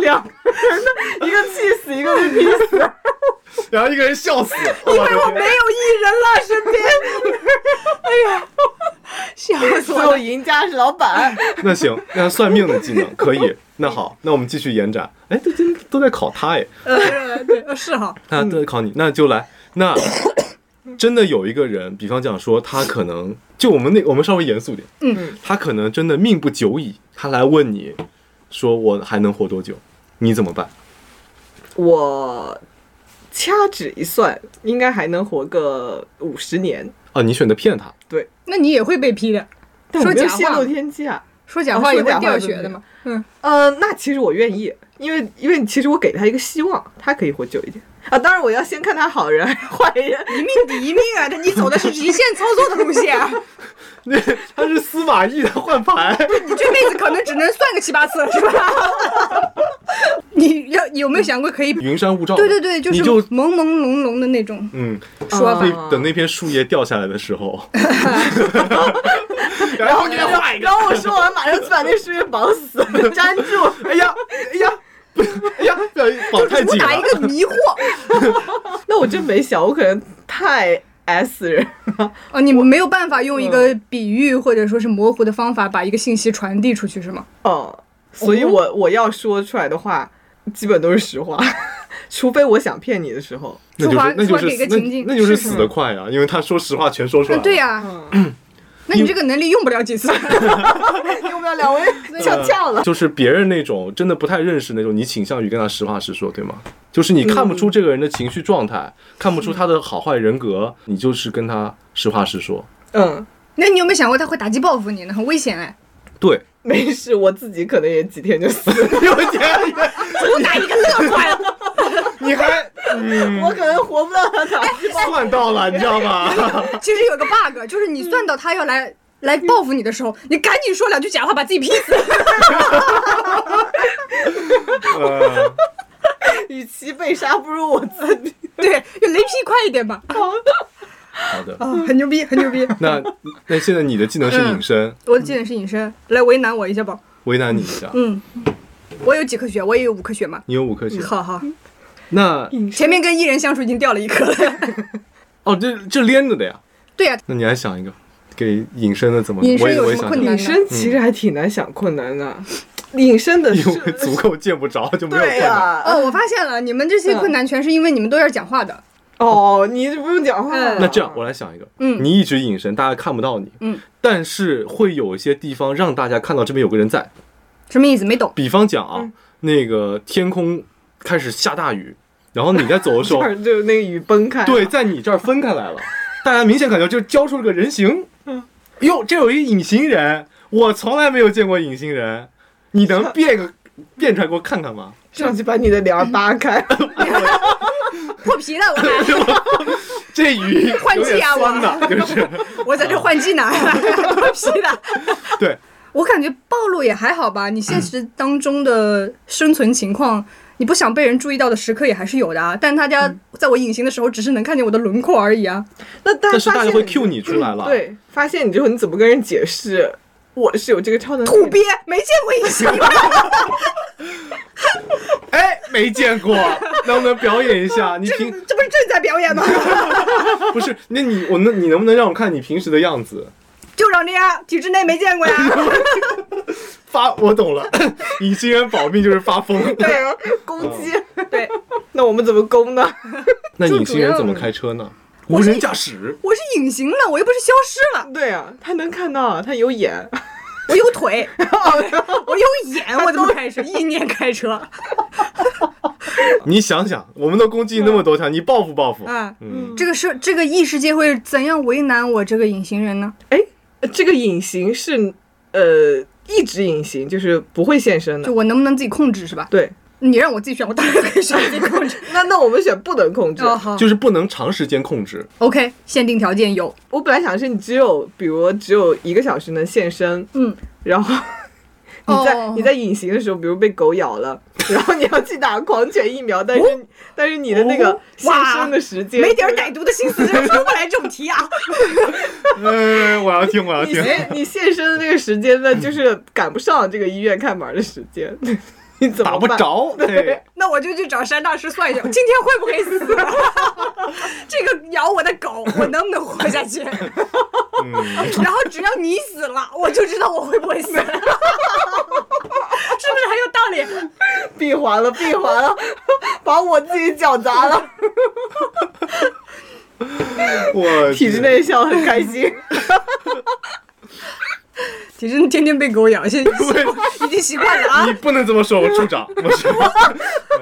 Speaker 3: 两个人的，一个气死，一个被劈死。
Speaker 1: 然后一个人笑死，
Speaker 2: 因为哎我没有艺人了身边， 哎呀，笑死
Speaker 3: 所
Speaker 2: 我
Speaker 3: 有
Speaker 2: 了！
Speaker 3: 赢家是老板，
Speaker 1: 那行，那算命的技能可以。那好，那我们继续延展。哎，都今都在考他哎，
Speaker 2: 呃， 对，呃是哈，
Speaker 1: 那都在考你，那就来。 那真的有一个人，比方讲说，他可能就我们那我们稍微严肃点，
Speaker 2: 嗯，
Speaker 1: 他可能真的命不久矣，他来问你说我还能活多久，你怎么办？
Speaker 3: 我掐指一算，应该还能活个五十年。
Speaker 1: 啊，你选择骗他，
Speaker 3: 对，
Speaker 2: 那你也会被批的，
Speaker 3: 但我
Speaker 2: 说
Speaker 3: 没有
Speaker 2: 假
Speaker 3: 泄
Speaker 2: 话
Speaker 3: 露，天机啊。
Speaker 2: 说假话也
Speaker 3: 说
Speaker 2: 会
Speaker 3: 假话
Speaker 2: 掉
Speaker 3: 也
Speaker 2: 血
Speaker 3: 会
Speaker 2: 的嘛，嗯，
Speaker 3: 呃，那其实我愿意，因为因为其实我给他一个希望，他可以活久一点啊。当然，我要先看他好人还是坏人。
Speaker 2: 一命抵一命啊，这你走的是极限操作的路线啊，
Speaker 1: 那 他是司马懿的换牌，
Speaker 2: 你这辈子可能只能算个七八次，是吧？ 你要有没有想过可以？
Speaker 1: 云山雾罩。
Speaker 2: 对对对，就是啊
Speaker 1: 你就
Speaker 2: 朦朦胧胧的那种
Speaker 1: 嗯，
Speaker 2: 说法。
Speaker 1: 那等那片树叶掉下来的时候，然后给他画一个
Speaker 3: 然，后我说完，马上就把那树叶绑 死，粘住。
Speaker 1: 哎呀，哎呀，哎呀，不小心绑太
Speaker 2: 主
Speaker 1: 紧了啊
Speaker 2: 打一。个迷惑
Speaker 3: 那我真没想，我可能太 S 人了。
Speaker 2: 啊！你没有办法用一
Speaker 1: 嗯
Speaker 2: 个比喻或者说是模糊的方法把一个信息传递出去，是吗？
Speaker 3: 哦，所以我我要说出来的话，基本都是实话。 除非我想骗你的时候，
Speaker 1: 那就
Speaker 2: 出发
Speaker 1: 是那就
Speaker 2: 出发给
Speaker 1: 是
Speaker 2: 个
Speaker 1: 那
Speaker 2: 情境
Speaker 1: 那就是嗯
Speaker 2: 是
Speaker 1: 死得快啊呀，因为他说实话全说出来
Speaker 2: 那
Speaker 1: 了。
Speaker 2: 对呀、那你这个能力用不了几 次。
Speaker 3: 用不了两位
Speaker 1: 呃
Speaker 3: 翘翘了。
Speaker 1: 就是别人那种真的不太认识那种，你倾向于跟他实话实说，对吗？就是你看不出这个人的情绪状态，看不出他的好坏人格，你就是跟他实话实说。
Speaker 3: 嗯，
Speaker 2: 那你有没有想过他会打击报复你呢？很危险哎！
Speaker 1: 对，
Speaker 3: 没事，我自己可能也几天就死了，
Speaker 1: 有钱
Speaker 2: 主打一个乐观，
Speaker 1: 你还
Speaker 3: 我可能活不到他打。
Speaker 1: 算到了，你知道吗？
Speaker 2: 其实有个 bug，就是你算到他要来、来报复你的时候，你赶紧说两句假话，把自己劈死。
Speaker 1: 呃
Speaker 3: 与其被杀，不如我自己。
Speaker 2: 对，就雷劈快一点吧。
Speaker 1: 好的，
Speaker 2: 啊，很牛逼，很牛逼！
Speaker 1: 那那现在你的技能是隐身，
Speaker 2: 我的技能是隐身，来为难我一下吧。
Speaker 1: 为难你一下，
Speaker 2: 嗯，我有几颗血，我也有五颗血嘛。
Speaker 1: 你有五颗血。
Speaker 2: 好好，
Speaker 1: 那
Speaker 2: 前面跟一人相处已经掉了一颗了。
Speaker 1: 哦，这这连着的呀。
Speaker 2: 对啊呀、
Speaker 1: 那你还想一个给隐身的怎么？
Speaker 2: 隐身
Speaker 1: 我也
Speaker 2: 有
Speaker 1: 我也
Speaker 2: 什么
Speaker 1: 想
Speaker 2: 困
Speaker 1: 一个
Speaker 2: 难
Speaker 3: 隐身其实还挺难想困难的， 隐身的是
Speaker 1: 因为足够见不着就没有
Speaker 3: 对
Speaker 1: 困难。
Speaker 3: 啊呀、
Speaker 2: 哦，我发现了，你们这些困难全是因为你们都要讲话的。
Speaker 3: 哦，你不用讲话了。
Speaker 2: 嗯
Speaker 1: 那这样，我来想一个，
Speaker 2: 嗯
Speaker 1: 你一直隐身，大家看不到你，
Speaker 2: 嗯，
Speaker 1: 但是会有一些地方让大家看到这边有个人在，
Speaker 2: 什么意思？没懂。
Speaker 1: 比方讲啊，
Speaker 2: 嗯
Speaker 1: 那个天空开始下大雨，然后你在走的时
Speaker 3: 这
Speaker 1: 候，
Speaker 3: 儿就那个雨崩开，
Speaker 1: 对，，在你这儿分开来了，大家明显感觉就交出了个人形，嗯，哟，这有一隐形人，我从来没有见过隐形人，你能变个变出来给我看看吗？
Speaker 3: 上去把你的帘儿扒开。
Speaker 2: 破皮了，我还
Speaker 1: 这雨
Speaker 2: 换
Speaker 1: 有
Speaker 2: 季
Speaker 1: 点
Speaker 2: 啊
Speaker 1: 酸的，就是
Speaker 2: 我在这换技能， 破皮了。
Speaker 1: 对，
Speaker 2: 我感觉暴露也还好吧，你现实当中的生存情况，你不想被人注意到的时刻也还是有的啊。但大家在我隐形的时候，只是能看见我的轮廓而已啊。
Speaker 3: 那大
Speaker 1: 但是
Speaker 3: 家
Speaker 1: 大
Speaker 3: 发
Speaker 1: 家
Speaker 3: 现
Speaker 1: 会 cue 你出来了，，
Speaker 3: 对，发现你之后你怎么跟人解释？我是有这个超能力的，
Speaker 2: 土鳖没见过隐形，
Speaker 1: 哎，没见过，能不能表演一下？你
Speaker 2: 这
Speaker 1: 平
Speaker 2: 这不是正在表 演吗？
Speaker 1: 不是，那你我能你能不能让我看你平时的样子？
Speaker 2: 就长这样，体制内没见过呀。
Speaker 1: 发，我懂了， 隐形人保命就是发疯。
Speaker 3: 对 啊，攻击。
Speaker 2: 对，
Speaker 3: 那我们怎么攻呢？
Speaker 1: 那隐形人怎么开车呢？无人驾驶。
Speaker 2: 我是隐形了，我又不是消失了，
Speaker 3: 对啊，他能看到，他有眼。
Speaker 2: 我有 腿，我有 眼，我怎么开车？意念开车。
Speaker 1: 你想想，我们都攻击那么多条，你报复报复。
Speaker 2: 嗯
Speaker 1: 嗯，
Speaker 2: 这个社这个异世界会怎样为难我这个隐形人呢？
Speaker 3: 哎，这个隐形是呃一直隐形，就是不会现身
Speaker 2: 就
Speaker 3: 的。
Speaker 2: 我能不能自己控制是吧？
Speaker 3: 对，
Speaker 2: 你让我自己选，我当然可以选自己控 制。
Speaker 3: 那那我们选不能控制。
Speaker 2: 哦好
Speaker 1: 就是不能长时间控制。
Speaker 2: ，OK，限定条件有，
Speaker 3: 我本来想的是你只有，比如只有一个小时能现身，
Speaker 2: 嗯，
Speaker 3: 然后你在、
Speaker 2: 哦
Speaker 3: 你在隐形的时候，比如被狗咬了，然后你要去打狂犬疫苗，但是、但是你的那个
Speaker 2: 哦
Speaker 3: 现身的时间
Speaker 2: 没点儿歹毒的心思，就出不来这种题 啊。
Speaker 1: 哎，我要听，我要
Speaker 3: 嗯你现你现身的那个时间
Speaker 1: 嗯
Speaker 3: 呢，就是赶不上这个医院开门的时间，你怎么
Speaker 1: 打不
Speaker 3: 办？
Speaker 1: 着。对，
Speaker 2: 那我就去找山大师算一下，我今天会不会死？啊 这个咬我的狗，我能不能活下去？
Speaker 1: 嗯，
Speaker 2: 然后只要你死 了，我就知道我会不会死， 是不是很有道理？
Speaker 3: 闭环了，闭环了， 把我自己搅砸 了。
Speaker 1: 我
Speaker 3: 体制内笑很开 心，
Speaker 2: 其实天天被狗咬，现 在已经习惯已经习惯了啊
Speaker 1: 你。不能这么说，我处长。我是，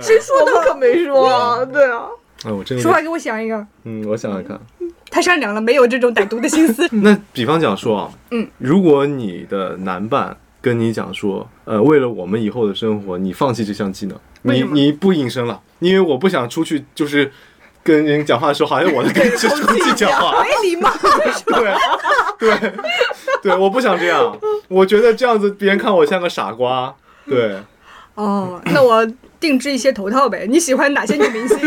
Speaker 3: 谁说我们可没说啊，对啊，
Speaker 1: 哎，我真有
Speaker 2: 说
Speaker 1: 点
Speaker 2: 话给我想一个，
Speaker 1: 嗯，我想想看。
Speaker 2: 太善良了，没有这种歹毒的心 思。
Speaker 1: 那比方讲说啊，
Speaker 2: 嗯，
Speaker 1: 如果你的男伴跟你讲说，呃，为了我们以后的生活，你放弃这项技能，
Speaker 2: 为
Speaker 1: 你
Speaker 2: 什么
Speaker 1: 你不隐身了，因为我不想出去，就是跟人讲话的时候，好像我在跟这空气讲 话，
Speaker 2: 没礼貌，
Speaker 1: 对对对，我不想这样，我觉得这样子别人看我像个傻瓜， 对，
Speaker 2: 哦，那我定制一些头套呗。你喜欢哪些 女明星？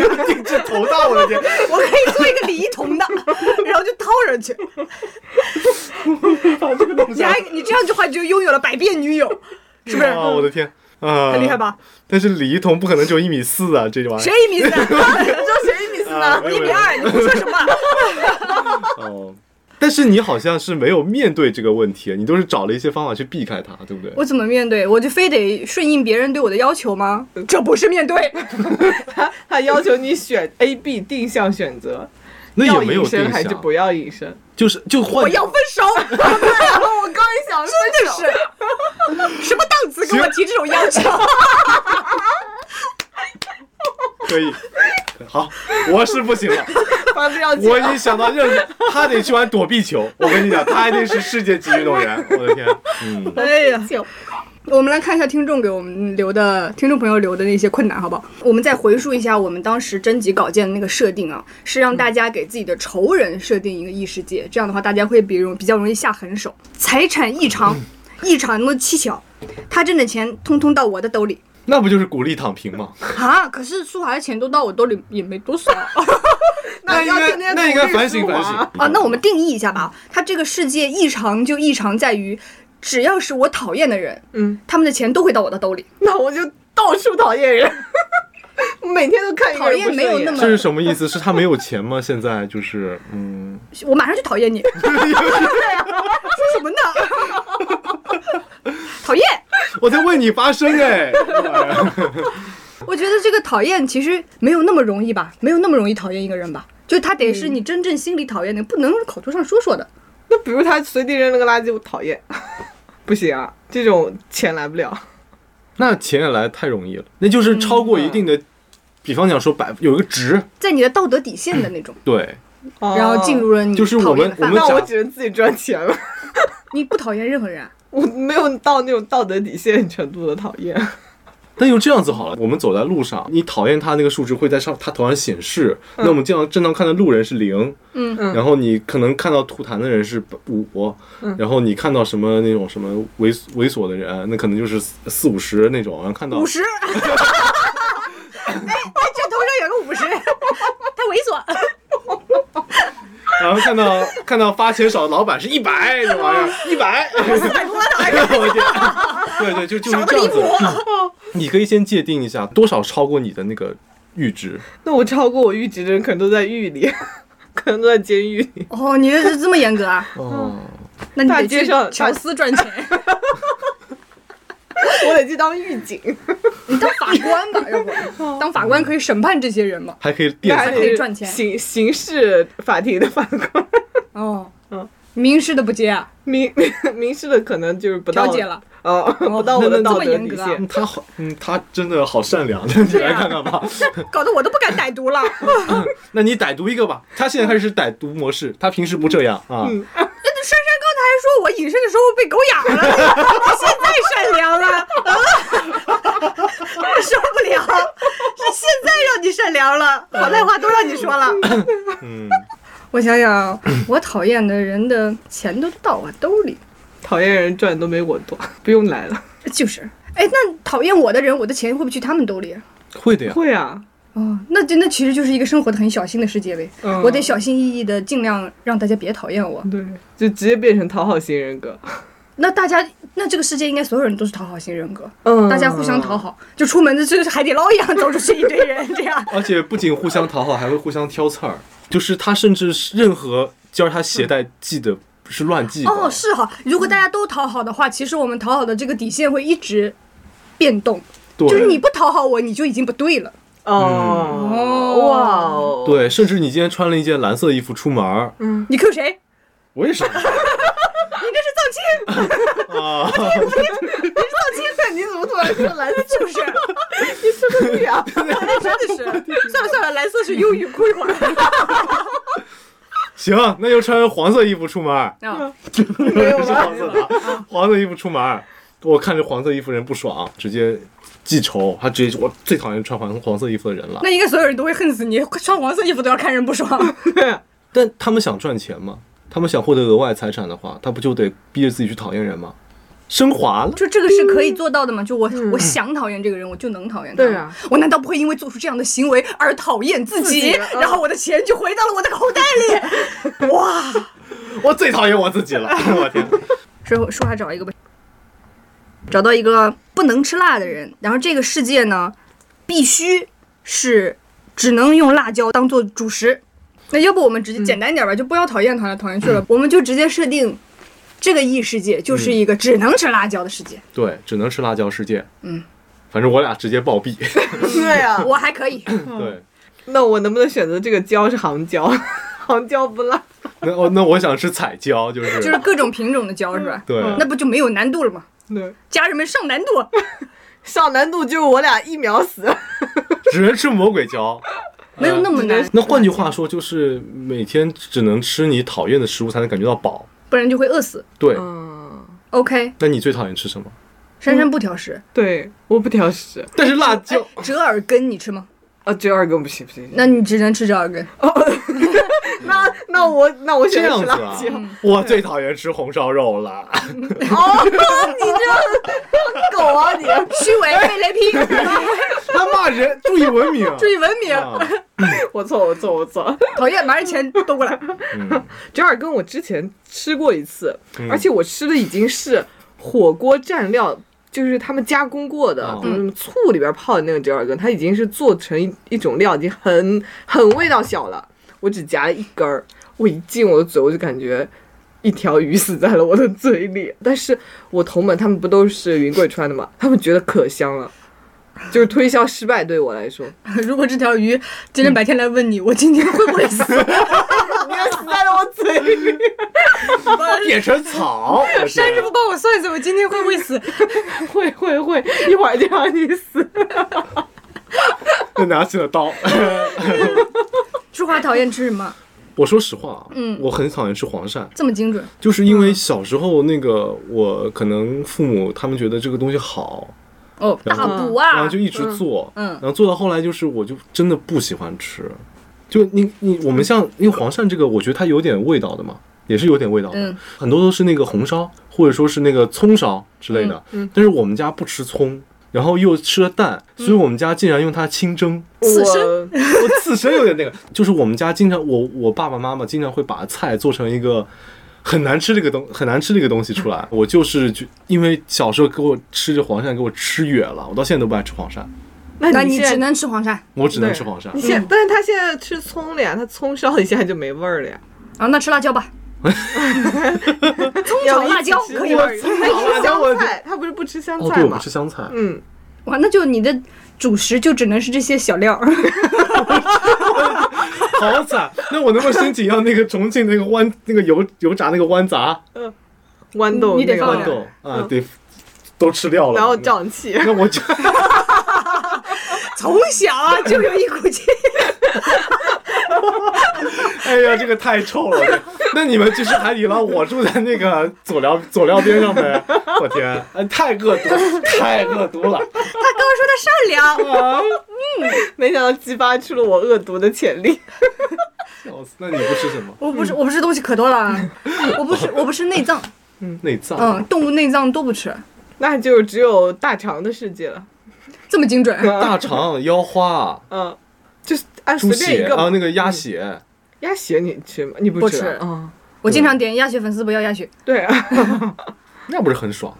Speaker 1: 这头大我的 天，
Speaker 2: 我可以做一个李一桐的， 然后就套上去。
Speaker 1: 把这个弄
Speaker 2: 你
Speaker 1: 下
Speaker 2: 还你这样的话，你就拥有了百变女友，是不是？嗯
Speaker 1: 啊，我的天。啊、
Speaker 2: 很厉害吧？
Speaker 1: 但是李一桐不可能只有一米四啊，这玩意儿。
Speaker 2: 谁一米 四？你说谁一米四
Speaker 1: 啊
Speaker 2: 呢？
Speaker 1: 没
Speaker 2: 一
Speaker 1: 有
Speaker 2: 米二，你胡说什么？
Speaker 1: 哦，但是你好像是没有面对这个问题，你都是找了一些方法去避开它，对不对？
Speaker 2: 我怎么面对？我就非得顺应别人对我的要求吗？这不是面对，
Speaker 3: 他他要求你选 A、B 定向选择，
Speaker 1: 那
Speaker 3: 要
Speaker 1: 也没有
Speaker 3: 隐
Speaker 1: 定
Speaker 3: 身还
Speaker 1: 向
Speaker 3: 是，不要隐身？
Speaker 2: 哦
Speaker 1: 就是就换
Speaker 2: 我要分手。
Speaker 3: 我刚一想分
Speaker 2: 真的是，什么档次跟我提这种要求？
Speaker 1: 可 以。好，我是不行了，
Speaker 3: 房子要
Speaker 1: 我已
Speaker 3: 结
Speaker 1: 经想到任何，他得去玩躲避球。我跟你讲，他一定是世界级运动员。我的天，嗯，
Speaker 2: 哎呀，
Speaker 3: 就
Speaker 2: 我们来看一下听众给我们留的听众朋友留的那些困难，好不好？我们再回溯一下我们当时征集稿件的那个设定啊，是让大家给自己的仇人设定一个异世界，这样的话大家会比容比较容易下狠手。财产异常，异常的蹊跷，他挣的钱通通到我的兜里
Speaker 1: 那不就是鼓励躺平 吗？
Speaker 2: 啊！可是舒华的钱都到我兜里也没 多少。
Speaker 1: 那应
Speaker 3: 要天
Speaker 1: 该
Speaker 3: 天
Speaker 1: 那应该
Speaker 3: 努力
Speaker 1: 反省
Speaker 3: 舒
Speaker 1: 反
Speaker 3: 华
Speaker 1: 省
Speaker 2: 啊，那我们定义一下吧，它这个世界异常就异常在于，只要是我讨厌的人，
Speaker 3: 嗯，
Speaker 2: 他们的钱都会到我的兜里。
Speaker 3: 那我就到处讨厌人， 我每天都看一个人不顺
Speaker 2: 讨厌没有那么
Speaker 1: 这是什么意思？是他没有钱吗？现在就是嗯，
Speaker 2: 我马上就讨 厌你，说什么呢？ 讨厌，
Speaker 1: 我在为你发声 哎。
Speaker 2: 我觉得这个讨厌其实没有那么容易吧，没有那么容易讨厌一个人吧，就他得
Speaker 1: 嗯
Speaker 2: 是你真正心里讨厌的，不能口头上说说的。
Speaker 3: 那比如他随地扔了个垃圾，我讨厌， 不行啊，这种钱来不了。
Speaker 1: 那钱也来太容易了，那就是超过一定的，
Speaker 3: 嗯
Speaker 1: 比方讲说百有一个值，
Speaker 2: 在你的道德底线的那种，
Speaker 1: 对，
Speaker 3: 哦
Speaker 2: 然后进入了你
Speaker 1: 嗯哦就是我
Speaker 2: 讨厌
Speaker 1: 们
Speaker 2: 的范
Speaker 1: 我
Speaker 2: 围
Speaker 1: 们。
Speaker 3: 那我
Speaker 1: 假
Speaker 3: 只能自己赚钱了，
Speaker 2: 你不讨厌任何人啊，
Speaker 3: 我没有到那种道德底线程度的讨厌。
Speaker 1: 那就这样子好了，我们走在路上，你讨厌他那个数值会在上他头上显示，那我们经常正常看的路人是零，
Speaker 2: 嗯
Speaker 3: 嗯
Speaker 1: 然后你可能看到吐痰的人是五，然后你看到什么那种什么猥猥琐的人，那可能就是四四五十那种，然后看到
Speaker 2: 五十。哎，哎这头上有个五 十，他猥琐。
Speaker 1: 然后看到看到发钱少的老板是一百，这玩意儿一百，四百多的，哎呦我天！对对，就就是这样子。嗯你可以先界定一下多少超过你的那个阈值，
Speaker 3: 那我超过我阈值的人，可能都在狱里， 可能都在监狱里。
Speaker 2: 哦，你这是这么严格啊？
Speaker 1: 哦，
Speaker 2: 那你
Speaker 3: 大
Speaker 2: 得
Speaker 3: 街
Speaker 2: 去
Speaker 3: 上
Speaker 2: 乔斯赚钱，
Speaker 3: 我得去当狱警，
Speaker 2: 你当法官吧，要不
Speaker 3: 哦
Speaker 2: 当法官可以审判这些人嘛？
Speaker 1: 还可以
Speaker 3: 那
Speaker 1: 电
Speaker 3: 还
Speaker 1: 死
Speaker 2: 可以赚钱
Speaker 3: 刑刑事法庭的法官，
Speaker 2: 哦，
Speaker 3: 嗯，
Speaker 2: 民事的不接啊，
Speaker 3: 民 民事的可能就是不到
Speaker 2: 调解了。
Speaker 3: 哦，不到我
Speaker 2: 那
Speaker 3: 的
Speaker 2: 那
Speaker 3: 道
Speaker 2: 这么
Speaker 3: 德
Speaker 2: 严
Speaker 3: 底
Speaker 2: 格啊
Speaker 3: 线。
Speaker 1: 他好，嗯，他真的好善良，你来看看吧。
Speaker 2: 搞得我都不敢歹毒了。
Speaker 1: 那你歹毒一个吧，他现在开始是歹毒模式，他平时不这样啊。
Speaker 3: 嗯
Speaker 2: 那珊珊刚才还说我隐身的时候被狗咬了，现在善良了，啊，我受不了，是现在让你善良了，好赖话都让你说了。
Speaker 1: 嗯，
Speaker 2: 我想想 啊，我讨厌的人的钱都到我兜里，
Speaker 3: 讨厌人赚都没我多，不用来了。
Speaker 2: 就是。哎，那讨厌我的人，我的钱会不会去他们兜里啊？
Speaker 1: 会的呀。
Speaker 3: 会啊，
Speaker 2: 哦，那就那其实就是一个生活的很小心的世界呗。
Speaker 3: 嗯
Speaker 2: 我得小心翼翼的，尽量让大家别讨厌我。
Speaker 3: 对，就直接变成讨好型人格。
Speaker 2: 那大家，那这个世界应该所有人都是讨好型人格，
Speaker 3: 嗯
Speaker 2: 大家互相讨好，就出门就是海底捞一样走出去一堆人这样。
Speaker 1: 而且不仅互相讨好，还会互相挑刺儿。就是他甚至是任何教他携带系的是乱系的。
Speaker 2: 哦，是哈，如果大家都讨好的话，其实我们讨好的这个底线会一直变动，
Speaker 1: 对，
Speaker 2: 就是你不讨好我，你就已经不对了。嗯
Speaker 3: 哦，哇哦，，
Speaker 1: 对，甚至你今天穿了一件蓝色衣服出门儿，
Speaker 2: 你 Q 谁？
Speaker 1: 为啥
Speaker 2: 你这是
Speaker 1: 啊？
Speaker 3: 那金 粉你怎么突然说蓝色？
Speaker 2: 造轻，是
Speaker 3: 这个 呀，
Speaker 2: 不是？真的是，算了算了，蓝色是忧郁哭一会 儿。
Speaker 1: 行，那就穿黄色衣服出门儿，
Speaker 2: 啊，
Speaker 3: 没有
Speaker 1: 不是
Speaker 3: 吧
Speaker 1: 黄？色的啊，黄色衣服出门儿。我看这黄色衣服人不爽，直接记仇，他直接就我最讨厌穿黄黄色衣服的人了
Speaker 2: 那。应该所有人都会恨死你，穿黄色衣服都要看人不 爽。
Speaker 1: 但他们想赚钱嘛，他们想获得额外财产的话，他不就得逼着自己去讨厌人吗？升华了，
Speaker 2: 就这个是可以做到的吗？就我、我想讨厌这个人，我就能讨厌他。
Speaker 3: 对啊，
Speaker 2: 我难道不会因为做出这样的行为而讨厌自己？嗯
Speaker 3: 己啊
Speaker 2: 然后我的钱就回到了我的口袋里。哇！
Speaker 1: 我最讨厌我自己了， 我天！
Speaker 2: 之后说话找一个吧，找到一个不能吃辣的人，然后这个世界呢，必须是只能用辣椒当做主食。那要不我们直接简单一点吧，就不要讨厌讨厌讨厌去了，我们就直接设定这个异世界就是一个只能吃辣椒的世界。
Speaker 1: 对，只能吃辣椒世界。
Speaker 2: 嗯，
Speaker 1: 反正我俩直接暴毙。
Speaker 3: 对
Speaker 1: 啊
Speaker 3: 呀、
Speaker 2: 我还可以，
Speaker 1: 对，
Speaker 3: 那我能不能选择这个椒是杭 椒？杭椒不辣，
Speaker 1: 那哦，那我想吃彩椒，就是
Speaker 2: 就是各种品种的椒是吧？
Speaker 1: 对，
Speaker 3: 嗯
Speaker 2: 那不就没有难度了吗？
Speaker 3: 对，
Speaker 2: 家人们上难度，
Speaker 1: 嗯
Speaker 3: 上难度就是我俩一秒死。
Speaker 1: 只能吃魔鬼椒。
Speaker 2: 没有那么难，
Speaker 1: 那换句话说，就是每天只能吃你讨厌的食物才能感觉到饱。
Speaker 2: 不然就会饿死。
Speaker 1: 对，
Speaker 3: 嗯，
Speaker 2: OK，
Speaker 1: 那你最讨厌吃什么？
Speaker 2: 珊珊不挑食，哎
Speaker 3: 对，我不挑食
Speaker 1: 但是辣椒，
Speaker 2: 折耳根你吃吗？
Speaker 3: 啊，折耳根不行不行。
Speaker 2: 那你只能吃折耳根。
Speaker 3: 那那我那我
Speaker 1: 这
Speaker 3: 选择
Speaker 1: 样
Speaker 3: 吃
Speaker 1: 子
Speaker 3: 辣
Speaker 1: 啊
Speaker 3: 椒。，嗯
Speaker 1: 我最讨厌吃红烧肉了。
Speaker 3: 哦，你这狗啊
Speaker 1: 哎
Speaker 3: 你！
Speaker 2: 虚伪被 雷劈，
Speaker 1: 他骂人，注意文 明。
Speaker 2: 注意文明，
Speaker 1: 啊
Speaker 3: 我错我错我错。
Speaker 2: 讨厌，马上钱兜过来。
Speaker 1: 嗯
Speaker 3: 折耳根我之前吃过一次，
Speaker 1: 嗯
Speaker 3: 而且我吃的已经是火锅蘸料。就是他们加工过的
Speaker 1: 哦，
Speaker 3: 什么什么醋里边泡的那个折耳根，它已经是做成一一种料，已经很很味道小了。我只夹了一根儿，我一进我的嘴，我就感觉一条鱼死在了我的嘴里。但是我同门他们不都是云贵川的嘛，他们觉得可香了，就是推销失败对我来说。
Speaker 2: 如果这条鱼今天白天来问你，我今天会不 会死？
Speaker 3: 你要死在了我嘴里。
Speaker 1: 嗯变成草，我
Speaker 2: 珊
Speaker 1: 天
Speaker 2: 师傅帮我算一算，我今天会不会死？
Speaker 3: 会会会，一会儿就让你 死。
Speaker 1: 就拿起了刀。
Speaker 2: 淑华讨厌吃什么？
Speaker 1: 我说实话啊，
Speaker 2: 嗯
Speaker 1: 我很讨厌吃黄鳝，
Speaker 2: 这么精准，
Speaker 1: 就是
Speaker 3: 嗯
Speaker 1: 因为小时候那个我可能父母他们觉得这个东西好，
Speaker 2: 哦，
Speaker 1: 然
Speaker 2: 大
Speaker 1: 后
Speaker 2: 补
Speaker 1: 嗯然
Speaker 2: 啊
Speaker 1: 后就！一直做，
Speaker 2: 嗯嗯
Speaker 1: 然后做到后来就是我就真的不喜欢吃，就你你我们像因为黄鳝这个，我觉得它有点味道的嘛，也是有点味道的，
Speaker 2: 嗯
Speaker 1: 很多都是那个红烧或者说是那个葱烧之类的，
Speaker 3: 嗯嗯
Speaker 1: 但是我们家不吃葱。然后又吃了蛋，所以我们家竟然用它清蒸，
Speaker 2: 刺
Speaker 3: 我
Speaker 1: 我自身有点那个， 就是我们家经常我我爸爸妈妈经常会把菜做成一个很难吃这个东很难吃这个东西出来。我就是就因为小时候给我吃这黄鳝给我吃哕了，我到现在都不爱吃黄鳝，
Speaker 2: 那
Speaker 3: 那
Speaker 2: 你
Speaker 3: 现在嗯
Speaker 2: 只能吃黄鳝
Speaker 1: 我只能
Speaker 3: 对
Speaker 1: 吃黄鳝
Speaker 3: 你。现，但是他现在吃葱了呀，他葱烧一下就没味儿了呀。
Speaker 2: 啊，那吃辣椒 吧。葱
Speaker 3: 要
Speaker 2: 炒辣椒可以吗？
Speaker 3: 他吃香菜，他不是不吃香
Speaker 1: 哦，
Speaker 3: 菜
Speaker 1: 对，我
Speaker 3: 吗
Speaker 1: 不？吃香菜，
Speaker 3: 嗯，
Speaker 2: 哇，那就你的主食就只能是这些小料。
Speaker 1: 好惨。那我能不能申请要那个重庆那个豌那个油油炸那个豌杂
Speaker 3: 豌豆
Speaker 2: 你得
Speaker 3: 那个
Speaker 2: 放
Speaker 1: 豌
Speaker 2: 点
Speaker 1: 豆啊？对，都吃掉了。
Speaker 3: 哦嗯然后胀 气。
Speaker 1: 那我就
Speaker 2: 从小啊就有一股劲，
Speaker 1: 哎呀，这个太臭了。那你们去吃海底捞，我住在那个佐料佐料边上呗。我天，哎太恶毒，太恶毒了。
Speaker 2: 他刚刚说他善良，
Speaker 1: 啊！
Speaker 3: 没想到激发出了我恶毒的潜力。
Speaker 1: 笑死，哦那你不吃什么？
Speaker 2: 我不吃，我不吃东西可多了啊，我不吃，我不吃内脏，
Speaker 1: 内脏。
Speaker 2: 嗯，动物内脏都不吃，
Speaker 3: 那就只有大肠的世界了。
Speaker 2: 这么精准。
Speaker 1: 大肠、腰花、
Speaker 3: 嗯，就是按
Speaker 1: 猪
Speaker 3: 随便
Speaker 1: 血
Speaker 3: 一个嗯
Speaker 1: 啊，
Speaker 3: 吧。
Speaker 1: 那个鸭血，
Speaker 3: 鸭血你吃吗？你
Speaker 2: 不
Speaker 3: 不吃啊？
Speaker 2: 吃
Speaker 3: 嗯，
Speaker 2: 我经常点鸭血粉丝，不要鸭血，
Speaker 3: 对啊，
Speaker 1: 那不是很爽？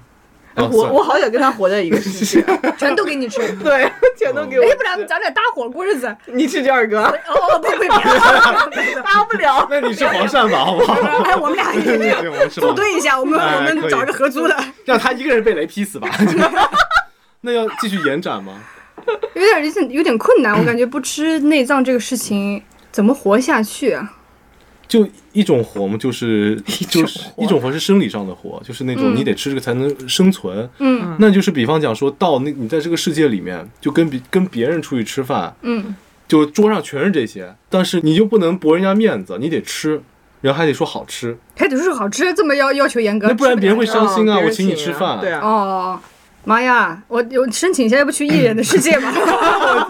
Speaker 1: 啊，
Speaker 3: 哎 我
Speaker 1: 算
Speaker 3: 我
Speaker 1: 了，
Speaker 3: 好想跟他活在一 个世界。
Speaker 2: 全都给你吃。
Speaker 3: 对， 全都给我
Speaker 2: 要
Speaker 3: 吃。
Speaker 2: 不然咱俩搭伙过日子？
Speaker 3: 你吃这二哥，
Speaker 2: 哦，不不不，
Speaker 3: 搭不了。
Speaker 1: 那你吃黄鳝吧，好不好？
Speaker 2: 哎，我们 俩
Speaker 1: 对对对，我们吃
Speaker 2: 组
Speaker 1: 黄，
Speaker 2: 队一下，我们
Speaker 1: 哎
Speaker 2: 我
Speaker 1: 可
Speaker 2: 们
Speaker 1: 以
Speaker 2: 找一个合租的，
Speaker 1: 让他一个人被雷劈死吧。 那要继续延展吗？
Speaker 2: 有点有点有点困难，我感觉不吃内脏这个事情怎么活下去啊？
Speaker 1: 就一种活嘛，就是就是一种活是生理上的活，就是那种
Speaker 2: 嗯
Speaker 1: 你得吃这个才能生存。
Speaker 2: 嗯
Speaker 1: 那就是比方讲说到那你在这个世界里面，就跟比跟别人出去吃饭，
Speaker 2: 嗯，
Speaker 1: 就桌上全是这些，但是你就不能驳人家面子，你得吃。然后还得说好吃，
Speaker 2: 还得是好吃，这么要要求严格，
Speaker 1: 那不然别人会
Speaker 2: 吃
Speaker 1: 伤心啊！
Speaker 3: 哦别人
Speaker 1: 我请你
Speaker 3: 请
Speaker 1: 吃
Speaker 3: 啊
Speaker 1: 饭，
Speaker 3: 对啊
Speaker 2: 不了哦。妈呀！我我申请一下，要不去艺人的世界吧？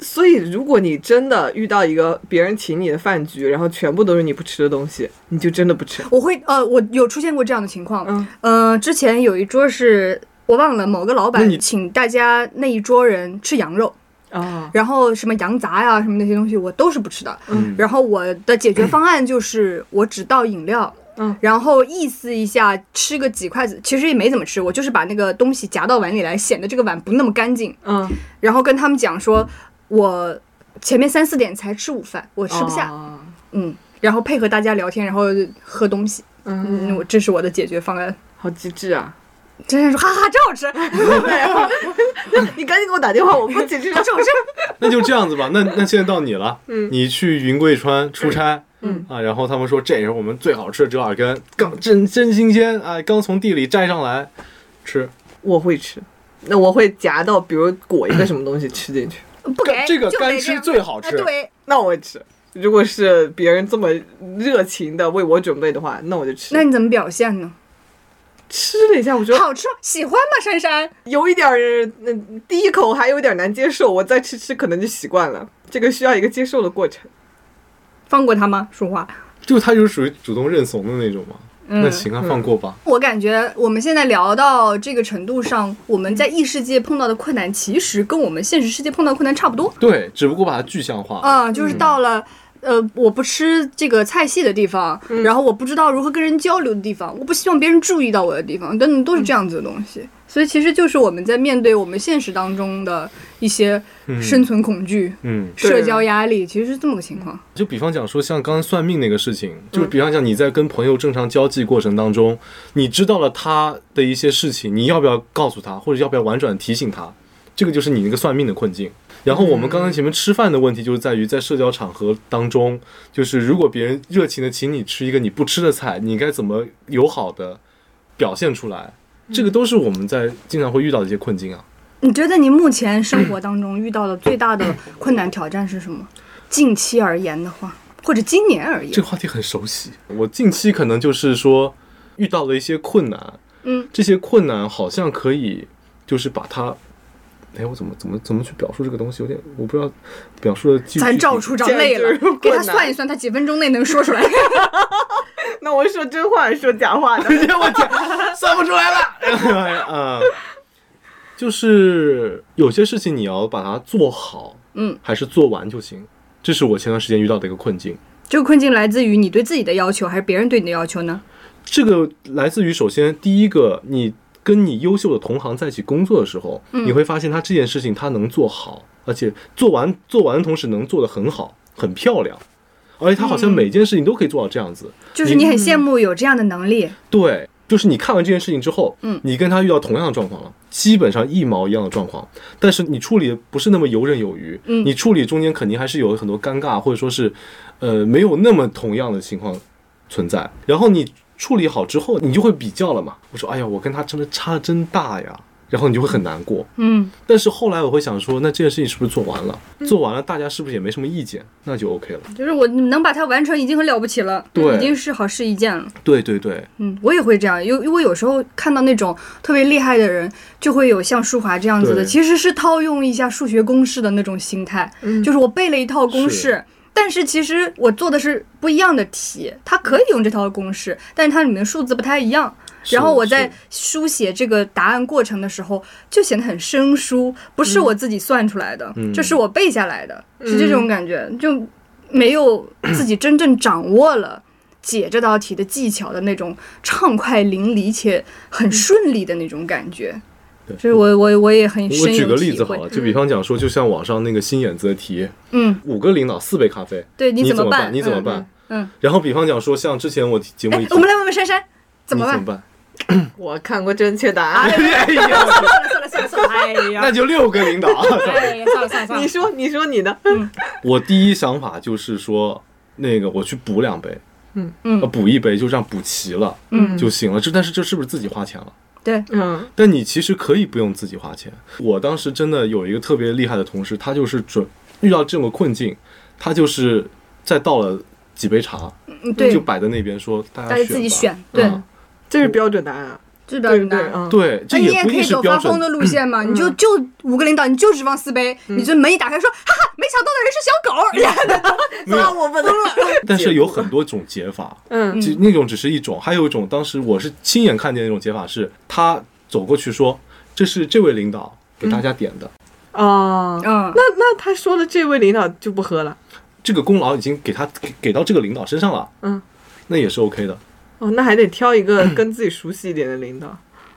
Speaker 3: 所以，如果你真的遇到一个别人请你的饭局，然后全部都是你不吃的东西，你就真的不吃。
Speaker 2: 我会呃，我有出现过这样的情况。
Speaker 3: 嗯
Speaker 2: 呃，之前有一桌是我忘了某个老
Speaker 1: 那
Speaker 2: 板
Speaker 1: 你
Speaker 2: 请大家那一桌人吃羊肉，
Speaker 3: 啊，
Speaker 2: 然后什么羊杂呀、什么那些东西我都是不吃的。
Speaker 1: 嗯
Speaker 2: 然后我的解决方案就是我只倒饮料。
Speaker 3: 嗯
Speaker 2: 然后意思一下，吃个几筷子，其实也没怎么吃，我就是把那个东西夹到碗里来，显得这个碗不那么干净。
Speaker 3: 嗯，
Speaker 2: 然后跟他们讲说，我前面三四点才吃午饭，我吃不下。
Speaker 3: 哦
Speaker 2: 嗯，然后配合大家聊天，然后喝东西，嗯，
Speaker 3: 嗯，
Speaker 2: 我这是我的解决方案。
Speaker 3: 好机智 啊！
Speaker 2: 真是说哈哈，真好吃，
Speaker 3: 你赶紧给我打电话，我不解释了。
Speaker 1: 那就这样子吧。那那现在到你了，你去云贵川出差，
Speaker 3: 嗯
Speaker 1: 啊，然后他们说这是我们最好吃的折耳根，刚真真新鲜啊，刚从地里摘上来，吃。
Speaker 3: 我会吃，那我会夹到，比如裹一个什么东西吃进去，
Speaker 2: 不给
Speaker 1: 这个
Speaker 2: 就得
Speaker 1: 干吃
Speaker 2: 样
Speaker 1: 最好吃
Speaker 2: 哎对，
Speaker 3: 那我会吃。如果是别人这么热情的为我准备的话，那我就吃。
Speaker 2: 那你怎么表现呢？
Speaker 3: 吃了一下，我觉得
Speaker 2: 好吃，喜欢吗？珊珊，
Speaker 3: 有一点儿，嗯，第一口还有一点难接受，我再吃吃可能就习惯了。这个需要一个接受的过程。
Speaker 2: 放过他吗？说话。
Speaker 1: 就他就是属于主动认怂的那种嘛。
Speaker 2: 嗯
Speaker 1: 那行啊，放过吧。
Speaker 2: 我感觉我们现在聊到这个程度上，我们在异世界碰到的困难，其实跟我们现实世界碰到的困难差不多。
Speaker 1: 对，只不过把它具象化。
Speaker 2: 啊，就是到了。呃，我不吃这个菜系的地方，然后我不知道如何跟人交流的地方，我不希望别人注意到我的地方，等等，都是这样子的东西。所以其实就是我们在面对我们现实当中的一些
Speaker 1: 嗯
Speaker 2: 生存恐惧、
Speaker 1: 嗯，
Speaker 2: 社交压力，其实是这么个情况。
Speaker 1: 就比方讲说，像刚才算命那个事情，就比方讲你在跟朋友正常交际过程当中，你知道了他的一些事情，你要不要告诉他，或者要不要婉转提醒他？这个就是你那个算命的困境。然后我们刚刚前面吃饭的问题，就是在于在社交场合当中，就是如果别人热情的请你吃一个你不吃的菜，你该怎么友好的表现出来？这个都是我们在经常会遇到的一些困境啊。
Speaker 2: 你觉得你目前生活当中遇到的最大的困难挑战是什么？近期而言的话，或者今年而言
Speaker 1: 这，个话题很熟悉。我近期可能就是说遇到了一些困难，
Speaker 2: 嗯，
Speaker 1: 这些困难好像可以就是把它，哎，我怎么怎么怎么去表述这个东西，有点我不知道表述的具
Speaker 2: 咱
Speaker 1: 具体
Speaker 2: 赵处长累了
Speaker 3: 这就是困，难
Speaker 2: 给他算一算，他几分钟内能说出来。
Speaker 3: 那我说真话还是说假话呢？
Speaker 1: 哎呀我天，算不出来了。 嗯，就是有些事情你要把它做好，
Speaker 2: 嗯，
Speaker 1: 还是做完就行。这是我前段时间遇到的一个困境。
Speaker 2: 这个困境来自于你对自己的要求，还是别人对你的要求呢？
Speaker 1: 这个来自于首先第一个，你跟你优秀的同行在一起工作的时候，你会发现他这件事情他能做好，而且做完做完的同时能做得很好，很漂亮，而且他好像每件事情都可以做到这样子。
Speaker 2: 就是你很羡慕有这样的能力，
Speaker 1: 对，就是你看完这件事情之后，
Speaker 2: 嗯
Speaker 1: 你跟他遇到同样的状况了，基本上一毛一样的状况，但是你处理的不是那么游刃有余，
Speaker 2: 嗯
Speaker 1: 你处理中间肯定还是有很多尴尬，或者说是，呃，没有那么同样的情况存在。然后你处理好之后，你就会比较了嘛。我说，哎呀，我跟他真的差得真大呀，然后你就会很难过。
Speaker 2: 嗯，
Speaker 1: 但是后来我会想说，那这件事情是不是做完了？做完了，大家是不是也没什么意见？那就 OK 了。
Speaker 2: 就是我能把它完成已经很了不起了，
Speaker 1: 对
Speaker 2: 已经是好事一件了。
Speaker 1: 对对对，
Speaker 2: 嗯，我也会这样，因为因为有时候看到那种特别厉害的人，就会有像舒华这样子的，
Speaker 1: 对
Speaker 2: 其实是套用一下数学公式的那种心态，就是我背了一套公式
Speaker 1: 嗯是。
Speaker 2: 但是其实我做的是不一样的题，它可以用这套公式，但是它里面的数字不太一样。
Speaker 1: 是
Speaker 2: 然后我在
Speaker 1: 是
Speaker 2: 书写这个答案过程的时候，就显得很生疏，不是我自己算出来的，
Speaker 1: 嗯
Speaker 2: 这是我背下来的，是这种感觉，就没有自己真正掌握了解这道题的技巧的那种畅快淋漓且很顺利的那种感觉。
Speaker 1: 对
Speaker 2: 所以我我我也很
Speaker 1: 我
Speaker 2: 深有
Speaker 1: 举个例
Speaker 2: 体
Speaker 1: 子好
Speaker 2: 会
Speaker 1: 了，就比方讲说，就像网上那个心眼子的题，
Speaker 2: 嗯，
Speaker 1: 五个领导四杯咖啡，
Speaker 2: 对
Speaker 1: 你
Speaker 2: 怎
Speaker 1: 么
Speaker 2: 办？
Speaker 1: 你怎么
Speaker 2: 嗯？
Speaker 1: 办？
Speaker 2: 嗯嗯
Speaker 1: 然后比方讲说，像之前我节目
Speaker 2: 哎
Speaker 1: 里，提，
Speaker 2: 我们来问问珊珊怎么
Speaker 1: 你
Speaker 2: 办
Speaker 1: 怎么？办？
Speaker 3: 我看过正确答案。
Speaker 1: 哎呀，
Speaker 2: 算了算了算了，哎呀，
Speaker 1: 那就六个 领导。
Speaker 2: 哎呀，算了算了算
Speaker 3: 你
Speaker 2: 了，
Speaker 3: 说，你说你的，
Speaker 1: 我第一想法就是说，那个我去补两杯，
Speaker 3: 嗯
Speaker 2: 嗯
Speaker 1: 呃补一杯就这样补齐了，
Speaker 2: 嗯
Speaker 1: 就行了。这但是这是不是自己花钱了？
Speaker 2: 对，
Speaker 3: 嗯
Speaker 1: 但你其实可以不用自己花钱。我当时真的有一个特别厉害的同事，他就是准遇到这种困境，他就是再倒了几杯茶，
Speaker 2: 嗯对
Speaker 1: 就，摆在那边说大
Speaker 2: 大
Speaker 1: 家
Speaker 2: 家自
Speaker 1: 吧
Speaker 2: 己选，对，
Speaker 1: 嗯
Speaker 3: 这是标准答案啊，
Speaker 2: 这
Speaker 3: 对
Speaker 2: 边
Speaker 3: 不对？
Speaker 2: 难。
Speaker 3: 嗯，
Speaker 1: 对，这
Speaker 2: 哎，你
Speaker 1: 也
Speaker 2: 也
Speaker 1: 不
Speaker 2: 可
Speaker 1: 一定
Speaker 2: 以
Speaker 1: 是
Speaker 2: 走
Speaker 1: 标
Speaker 2: 发疯
Speaker 1: 准嗯
Speaker 2: 的。路线嘛，你就就五个领导，你就只放四杯，你就门一打开说，哈哈，没想到
Speaker 1: 嗯
Speaker 2: 的人是小狗，
Speaker 1: 没有
Speaker 3: 啊，我们都了。
Speaker 1: 但是有
Speaker 2: 啊
Speaker 1: 很多种解法，
Speaker 3: 嗯
Speaker 1: 就那种只是一种，还有一种当时我是亲眼看见那种解法是，他走过去说这是这位领导给大家点的，
Speaker 3: 啊，
Speaker 2: 嗯
Speaker 3: 那，那他说的这位领导就不喝了。
Speaker 1: 这个功劳已经给他给给到这个领导身上了，
Speaker 3: 嗯，
Speaker 1: 那也是 OK 的。
Speaker 3: 哦，那还得挑一个跟自己熟悉一点的领导。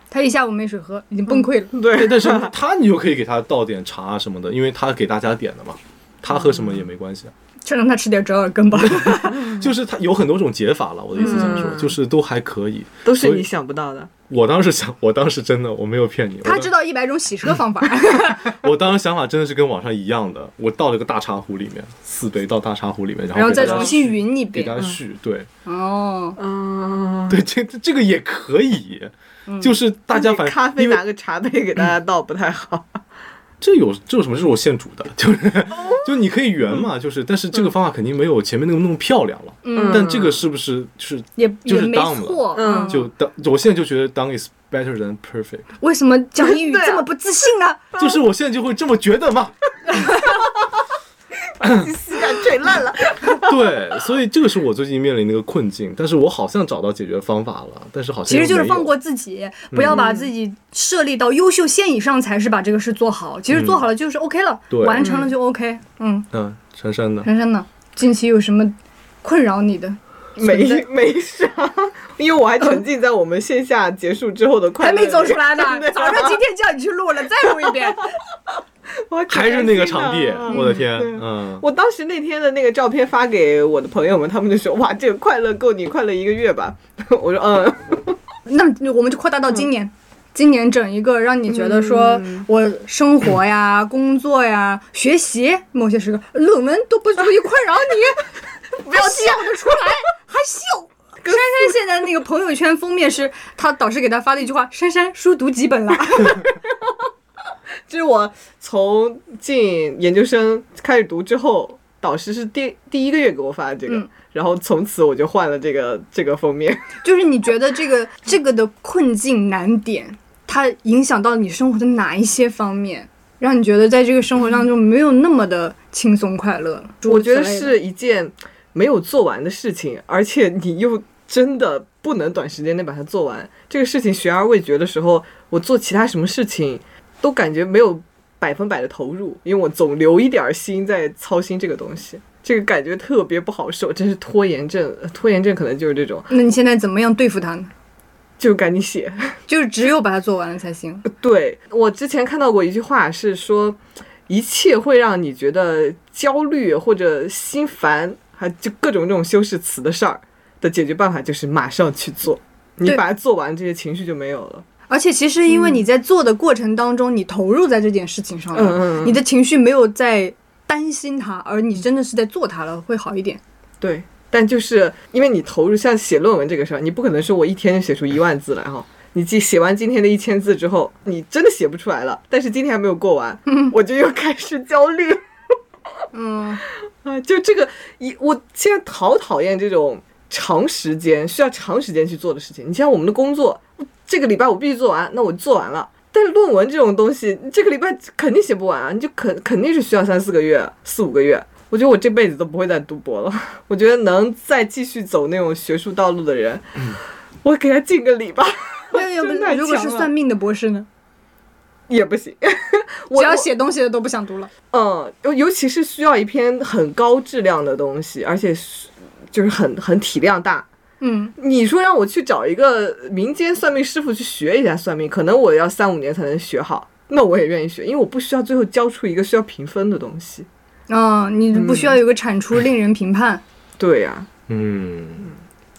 Speaker 2: 他一下午没水喝，已经崩溃了。
Speaker 1: 对，
Speaker 3: 对，
Speaker 1: 但是他你就可以给他倒点茶啊什么的，因为他给大家点的嘛，他喝什么也没关系啊，
Speaker 2: 就让他吃点折耳根吧。
Speaker 1: 嗯
Speaker 2: 嗯
Speaker 1: 就是他有很多种解法了。我的意思想说，
Speaker 3: 嗯
Speaker 1: 就是都还可以。
Speaker 3: 都是
Speaker 1: 所以
Speaker 3: 你想不到的。
Speaker 1: 我当时想，我当时真的我没有骗你，我
Speaker 2: 他
Speaker 1: 当
Speaker 2: 知道一百种洗车 方法，
Speaker 1: 我当时想法真的是跟网上一样的，我倒了个大茶壶里面，四杯到大茶壶里面，然后
Speaker 2: 然后
Speaker 1: 给
Speaker 2: 再
Speaker 1: 大家
Speaker 2: 重新匀一
Speaker 1: 给大
Speaker 2: 遍。嗯
Speaker 1: 家续，对
Speaker 2: 哦，
Speaker 3: 嗯，
Speaker 1: 对，这这这个也可以，
Speaker 2: 嗯
Speaker 1: 就是大家反
Speaker 3: 咖啡
Speaker 1: 因为
Speaker 3: 拿个茶杯给大家倒不太好。
Speaker 1: 这有这有什么是我现煮的？ 就是
Speaker 2: 哦
Speaker 1: 就你可以圆嘛，就是，但是这个方法肯定没有前面那个那么漂亮了。
Speaker 2: 嗯
Speaker 1: 但这个是不是是
Speaker 2: 也
Speaker 1: 就
Speaker 2: 也
Speaker 1: 是
Speaker 2: 没
Speaker 1: down 了？
Speaker 2: 错。
Speaker 3: 嗯
Speaker 1: 就当我现在就觉得 down is better than perfect，
Speaker 2: 为什么蒋一宇
Speaker 3: 对啊
Speaker 2: 这么不自信呢？
Speaker 1: 就是我现在就会这么觉得嘛。
Speaker 3: 膝盖坠烂了。
Speaker 1: 对，所以这个是我最近面临的一个困境，但是我好像找到解决方法了，但是好像
Speaker 2: 其实就
Speaker 1: 又
Speaker 2: 是
Speaker 1: 没
Speaker 2: 放
Speaker 1: 有
Speaker 2: 过自
Speaker 1: 嗯
Speaker 2: 己，不要把自己设立到优秀线以上才是把这个事做好。其实做好了就是 OK 了，
Speaker 1: 嗯对
Speaker 2: 完成了就 OK。嗯，
Speaker 1: 嗯，珊珊呢？
Speaker 2: 珊珊呢？近期有什么困扰你的？
Speaker 3: 没没 啥，因为我还沉浸在我们线下结束之后的快
Speaker 2: 还
Speaker 3: 乐，
Speaker 2: 没走出，来 呢
Speaker 3: 对啊，
Speaker 2: 早上今天叫你去录了，再录 一遍。
Speaker 1: 还是那个场地，我的天，
Speaker 3: 对
Speaker 1: 嗯，
Speaker 3: 我当时那天的那个照片发给我的朋友们，他们就说：“哇，这个快乐够你快乐一个月吧。” 我说：“嗯，
Speaker 2: 那我们就扩大到今年，今年整一个让你觉得说
Speaker 3: 嗯
Speaker 2: 我生活 呀、工作呀、学习某些时刻，论文都不足以困扰 你，不要笑得出来，还笑。珊珊现在那个朋友圈封面是她导师给她发的一句话：“珊珊书读几本了
Speaker 3: 这是我从进研究生开始读之后，导师是第第一个月给我发的这个，
Speaker 2: 嗯
Speaker 3: 然后从此我就换了这个这个封面。？”
Speaker 2: 就是你觉得这个这个的困境难点，它影响到你生活的哪一些方面，让你觉得在这个生活当中没有那么的轻松快乐了？
Speaker 3: 我觉得
Speaker 2: 诸如此类
Speaker 3: 是
Speaker 2: 的
Speaker 3: 一件没有做完的事情，而且你又真的不能短时间内把它做完。这个事情悬而未决的时候，我做其他什么事情都感觉没有百分百的投入，因为我总留一点儿心在操心这个东西，这个感觉特别不好受，真是拖延症。呃拖延症可能就是这种，
Speaker 2: 那你现在怎么样对付它呢？
Speaker 3: 就赶紧写。
Speaker 2: 就是只有把它做完了才行。
Speaker 3: 对我之前看到过一句话是说，一切会让你觉得焦虑或者心烦，还就各种这种修饰词的事儿的解决办法就是马上去做，你
Speaker 2: 对
Speaker 3: 把它做完，这些情绪就没有了。
Speaker 2: 而且其实因为你在做的过程当中，你投入在这件事情上了，
Speaker 3: 嗯嗯嗯
Speaker 2: 你的情绪没有在担心它，而你真的是在做它了，会好一点。
Speaker 3: 对，但就是因为你投入，像写论文这个事儿，你不可能说我一天就写出一万字来哈。你记写完今天的一千字之后，你真的写不出来了，但是今天还没有过完，我就又开始焦虑。
Speaker 2: 嗯，
Speaker 3: 啊，就这个一，我现在好讨厌这种长时间需要长时间去做的事情。你像我们的工作，这个礼拜我必须做完，那我就做完了。但是论文这种东西，你这个礼拜肯定写不完啊，你就肯肯定是需要三四个月、四五个月。我觉得我这辈子都不会再读博了。我觉得能再继续走那种学术道路的人，我给他敬个礼吧，
Speaker 2: 那要不
Speaker 3: 真太
Speaker 2: 如果
Speaker 3: 强
Speaker 2: 是
Speaker 3: 了
Speaker 2: 算命的博士呢？
Speaker 3: 也不行。我
Speaker 2: 只要
Speaker 3: 我
Speaker 2: 写东西的都不想读了。
Speaker 3: 嗯，尤尤其是需要一篇很高质量的东西，而且是就是很很体量大。
Speaker 2: 嗯，
Speaker 3: 你说让我去找一个民间算命师傅去学一下算命，可能我要三五年才能学好，那我也愿意学，因为我不需要最后交出一个需要评分的东西。
Speaker 2: 啊、你不需要有个产出令人评判。
Speaker 3: 对呀、
Speaker 1: 嗯，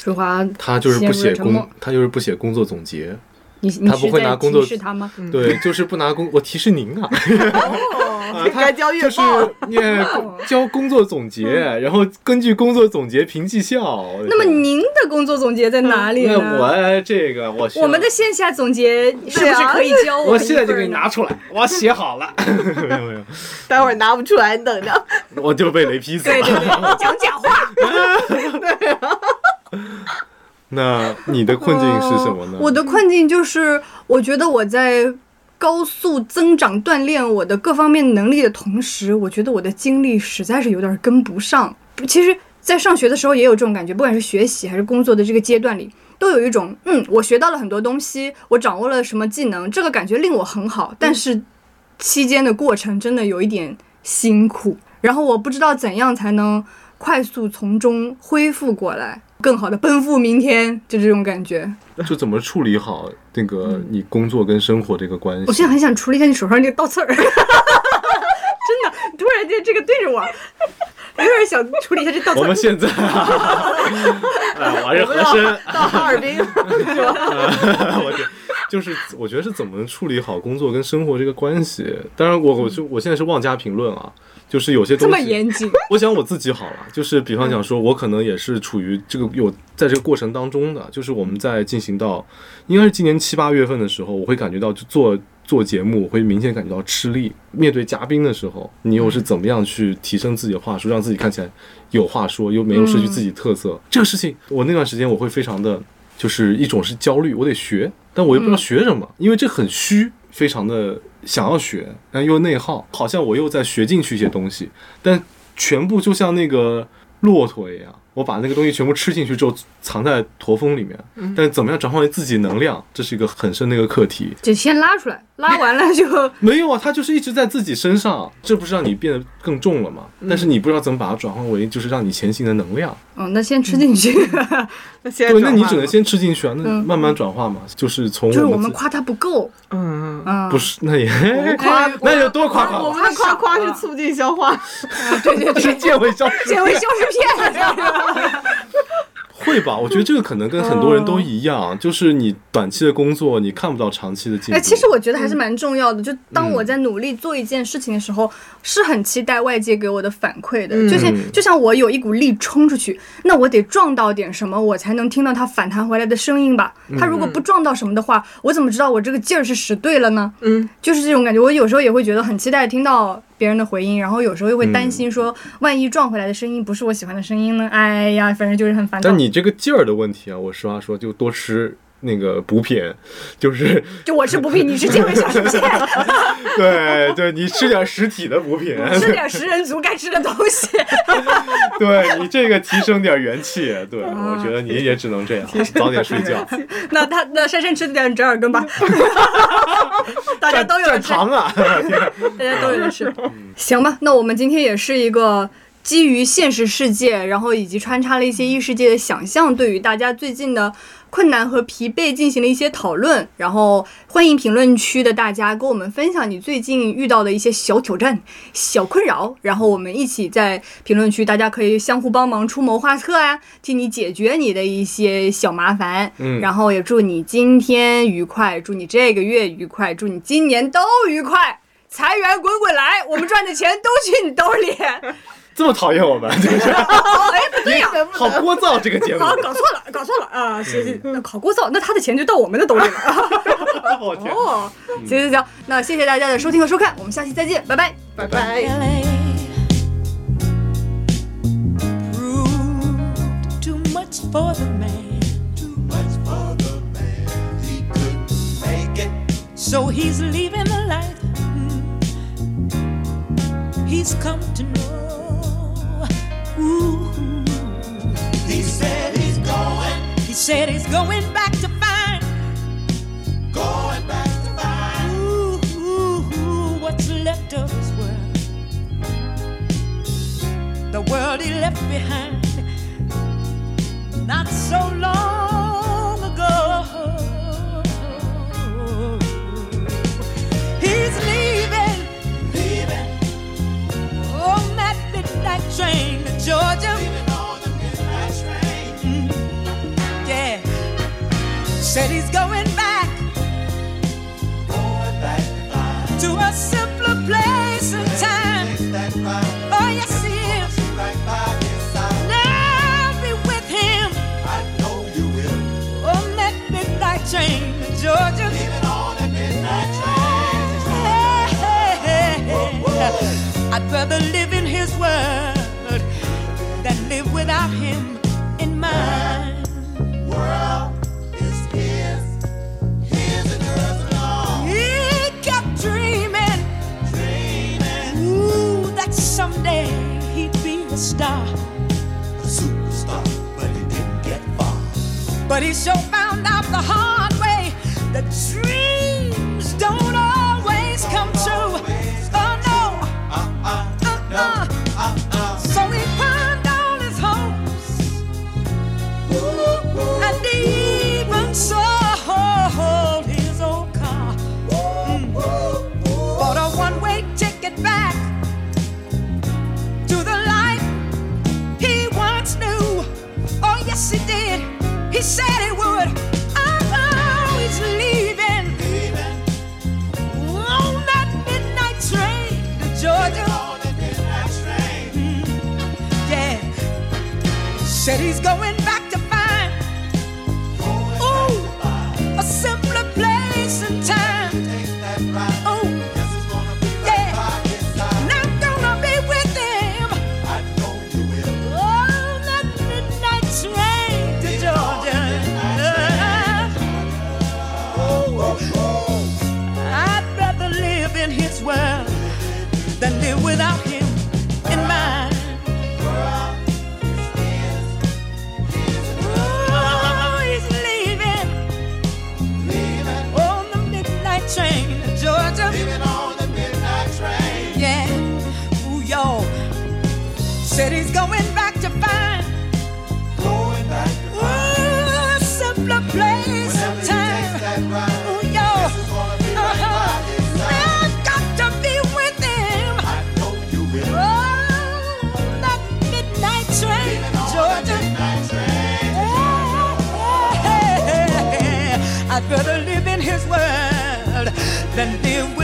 Speaker 2: 水华，
Speaker 1: 他就是不
Speaker 2: 陷入
Speaker 1: 写
Speaker 2: 了沉默
Speaker 1: 工，他就是不写工作总结，
Speaker 2: 你你
Speaker 1: 他不
Speaker 2: 是
Speaker 1: 会
Speaker 2: 在
Speaker 1: 拿工作
Speaker 2: 提示他吗？
Speaker 1: 对，就是不拿工，我提示您啊，
Speaker 2: 哦
Speaker 1: 啊
Speaker 3: 该交月报
Speaker 1: 就是也交工作总结，然后根据工作总结评绩效。我的
Speaker 2: 嗯那么
Speaker 1: 天
Speaker 2: 您的工作总结在哪里呢？
Speaker 1: 那我哎这个我需要
Speaker 2: 我们的线下总结是不
Speaker 3: 对
Speaker 2: 是
Speaker 3: 啊
Speaker 2: 可以教我
Speaker 1: 我
Speaker 2: 们一
Speaker 1: 现在就
Speaker 2: 份
Speaker 1: 给你
Speaker 2: 呢
Speaker 1: 拿出来，我写好 了，没有没有，
Speaker 3: 待会儿拿不出来，你等着。
Speaker 1: 我就被雷劈死
Speaker 2: 对对
Speaker 1: 了。
Speaker 2: 对，讲假话。
Speaker 1: 那你的困境是什么呢
Speaker 2: 呃？我的困境就是，我觉得我在高速增长、锻炼我的各方面能力的同时，我觉得我的精力实在是有点跟不上。其实，在上学的时候也有这种感觉，不管是学习还是工作的这个阶段里。都有一种，嗯，我学到了很多东西，我掌握了什么技能，这个感觉令我很
Speaker 1: 嗯
Speaker 2: 好。但是期间的过程真的有一点辛苦，然后我不知道怎样才能快速从中恢复过来，更好的奔赴明天，就这种感觉。
Speaker 1: 就怎么处理好那个
Speaker 2: 嗯
Speaker 1: 你工作跟生活这个关 系？
Speaker 2: 我现在很想处理一下你手上那个倒刺儿，真的，
Speaker 5: 突然间这个对着我，我有点想处理一下这道
Speaker 1: 我
Speaker 5: 菜
Speaker 1: 们。现在， 哎，我还是 和珅，啊
Speaker 3: 到哈 尔滨是吧？
Speaker 1: 我觉得就是我觉得是怎么处理好工作跟生活这个关系。当然我，我就我现在是妄加评论啊，就是有些
Speaker 2: 这
Speaker 1: 东
Speaker 2: 么
Speaker 1: 西，
Speaker 2: 严谨，
Speaker 1: 我想我自己好了，就是比方讲说，我可能也是处于这个有在这个过程当中的，就是我们在进行到应该是今年七八月份的时候，我会感觉到就做做节目，我会明显感觉到吃力。面对嘉宾的时候，你又是怎么样去提升自己的话术，让自己看起来有话说，又没有失去自己特色？这个事情，我那段时间我会非常的，就是一种是焦虑，我得学，但我又不知道学什么，因为这很虚，非常的想要学，但又内耗，好像我又在学进去一些东西，但全部就像那个骆驼一样，我把那个东西全部吃进去之后，藏在驼峰里面。但怎么样转换为自己能量，这是一个很深的一个课题。
Speaker 5: 就先拉出来，拉完了就
Speaker 1: 没有啊，它就是一直在自己身上，这不是让你变得更重了吗？但是你不知道怎么把它转换为就是让你前行的能量。
Speaker 5: 嗯，那先吃进去。
Speaker 1: 嗯
Speaker 3: 那现在
Speaker 1: 对，那
Speaker 3: 转
Speaker 1: 你
Speaker 3: 化
Speaker 1: 只能
Speaker 3: 了
Speaker 1: 先吃进去啊，那慢慢转化嘛，就是 从
Speaker 5: 就是我
Speaker 1: 们
Speaker 5: 们
Speaker 1: 自己
Speaker 5: 夸他不够，
Speaker 3: 嗯，嗯
Speaker 5: 嗯，
Speaker 1: 不是那也
Speaker 3: 夸
Speaker 1: 那就多夸夸
Speaker 3: 我
Speaker 1: 吧，
Speaker 3: 们的夸夸是促进消化，
Speaker 5: 对对
Speaker 1: 是
Speaker 5: 对，
Speaker 1: 见微笑。
Speaker 5: 减为消食片，
Speaker 1: 会吧？我觉得这个可能跟很多人都一样，就是你短期的工作，你看不到长期的进步。
Speaker 2: 哎，其实我觉得还是蛮重要的。就当
Speaker 1: 嗯
Speaker 2: 我在努力做一件事情的时候，是很期待外界给我的反馈的。就像
Speaker 1: 嗯
Speaker 2: 就像我有一股力冲出去，那我得撞到点什么，我才能听到它反弹回来的声音吧。
Speaker 1: 嗯
Speaker 2: 它如果不撞到什么的话，我怎么知道我这个劲儿是使对了呢？
Speaker 3: 嗯，
Speaker 2: 就是这种感觉。我有时候也会觉得很期待听到别人的回音，然后有时候又会担
Speaker 1: 嗯
Speaker 2: 心说，万一撞回来的声音不是我喜欢的声音呢？哎呀，反正就是很烦躁
Speaker 1: 但。你这个劲儿的问题啊，我实话说，就多吃那个补品， 就是
Speaker 2: 就我吃不必，你吃健胃小 食片，
Speaker 1: 对对，你吃点实体的补 品，
Speaker 2: 吃点食人族该吃的东西。
Speaker 1: 对你这个提升点元气。对，
Speaker 2: 啊
Speaker 1: 我觉得你也只能这样，早点睡觉，
Speaker 2: 那他那珊珊吃点折耳根吧，大家都有
Speaker 1: 蘸
Speaker 2: 人吃，
Speaker 1: 糖啊。
Speaker 2: 大家都有人吃。行吧，那我们今天也是一个。基于现实世界，然后以及穿插了一些异世界的想象，对于大家最近的困难和疲惫进行了一些讨论。然后欢迎评论区的大家跟我们分享你最近遇到的一些小挑战、小困扰，然后我们一起在评论区，大家可以相互帮忙出谋划策啊，替你解决你的一些小麻烦。
Speaker 1: 嗯
Speaker 2: 然后也祝你今天愉快，祝你这个月愉快，祝你今年都愉快，财源滚滚来，我们赚的钱都去你兜 里。
Speaker 1: 这么讨厌我们， 真是
Speaker 2: 哦，哎，不对呀、
Speaker 1: 好聒噪这个节目
Speaker 2: 搞。搞错了，搞错了啊！是是， 那搞过造，那他的钱就到我们的兜里了。
Speaker 1: 我天。
Speaker 2: 哦，行行行，那谢谢大家的收听和收看，我们下期再见，拜拜。
Speaker 3: 拜拜。
Speaker 4: LA proved too much for the man. Too much for the man. He couldn't make it. So he's leaving the life mm, he's come to know. Ooh. He said he's going. He said he's going back to find. Going back to find. Ooh, ooh, ooh, what's left of his world the world he left behind not so long ago. He's leaving, leaving on that midnight train to Georgia. Leaving on the midnight train. Mm-hmm. Yeah, said he's going back, going back to a simpler place and time. Oh, yes, he is. I'll be with him on that Oh, midnight train to Georgia. Hey, hey, hey. I'd rather live in his world than live without him in mine. He kept dreaming, dreaming, ooh, that someday he'd be a star.
Speaker 6: superstar, but he didn't get far.
Speaker 4: But he sure found out the hard way that dreams don't always come true. Oh no, uh uh, so he pawned all his hopes, and he even sold his old car, Mm. bought a one-way ticket back Oh, said he's going back to find
Speaker 6: Going
Speaker 4: Ooh.
Speaker 6: back to find.
Speaker 4: a simpler place and time.
Speaker 6: Take that ride.
Speaker 4: Oh,
Speaker 6: Guess it's gonna be right
Speaker 4: Yeah.
Speaker 6: by his side.
Speaker 4: and I'm gonna be with him.
Speaker 6: I know you will.
Speaker 4: Oh, that midnight train to Georgia. Oh, I'd rather live in his world than live without him in mine. Oh, he's leaving on the midnight train to Georgia.
Speaker 6: Even on the midnight train.
Speaker 4: Yeah, ooh, y'all said he's going back to find
Speaker 6: Going back to find.
Speaker 4: ooh, a simpler place and
Speaker 6: Whenever he
Speaker 4: time.
Speaker 6: takes that ride.
Speaker 4: Ooh, y'all,
Speaker 6: Guess it's gonna be right by his
Speaker 4: uh-huh. I've
Speaker 6: side.
Speaker 4: got to be with him.
Speaker 6: I know you will.
Speaker 4: Oh, that midnight train,
Speaker 6: Even on the
Speaker 4: Georgia. Oh,
Speaker 6: midnight train.
Speaker 4: Yeah, I'd rather live in his world than live with. Oh,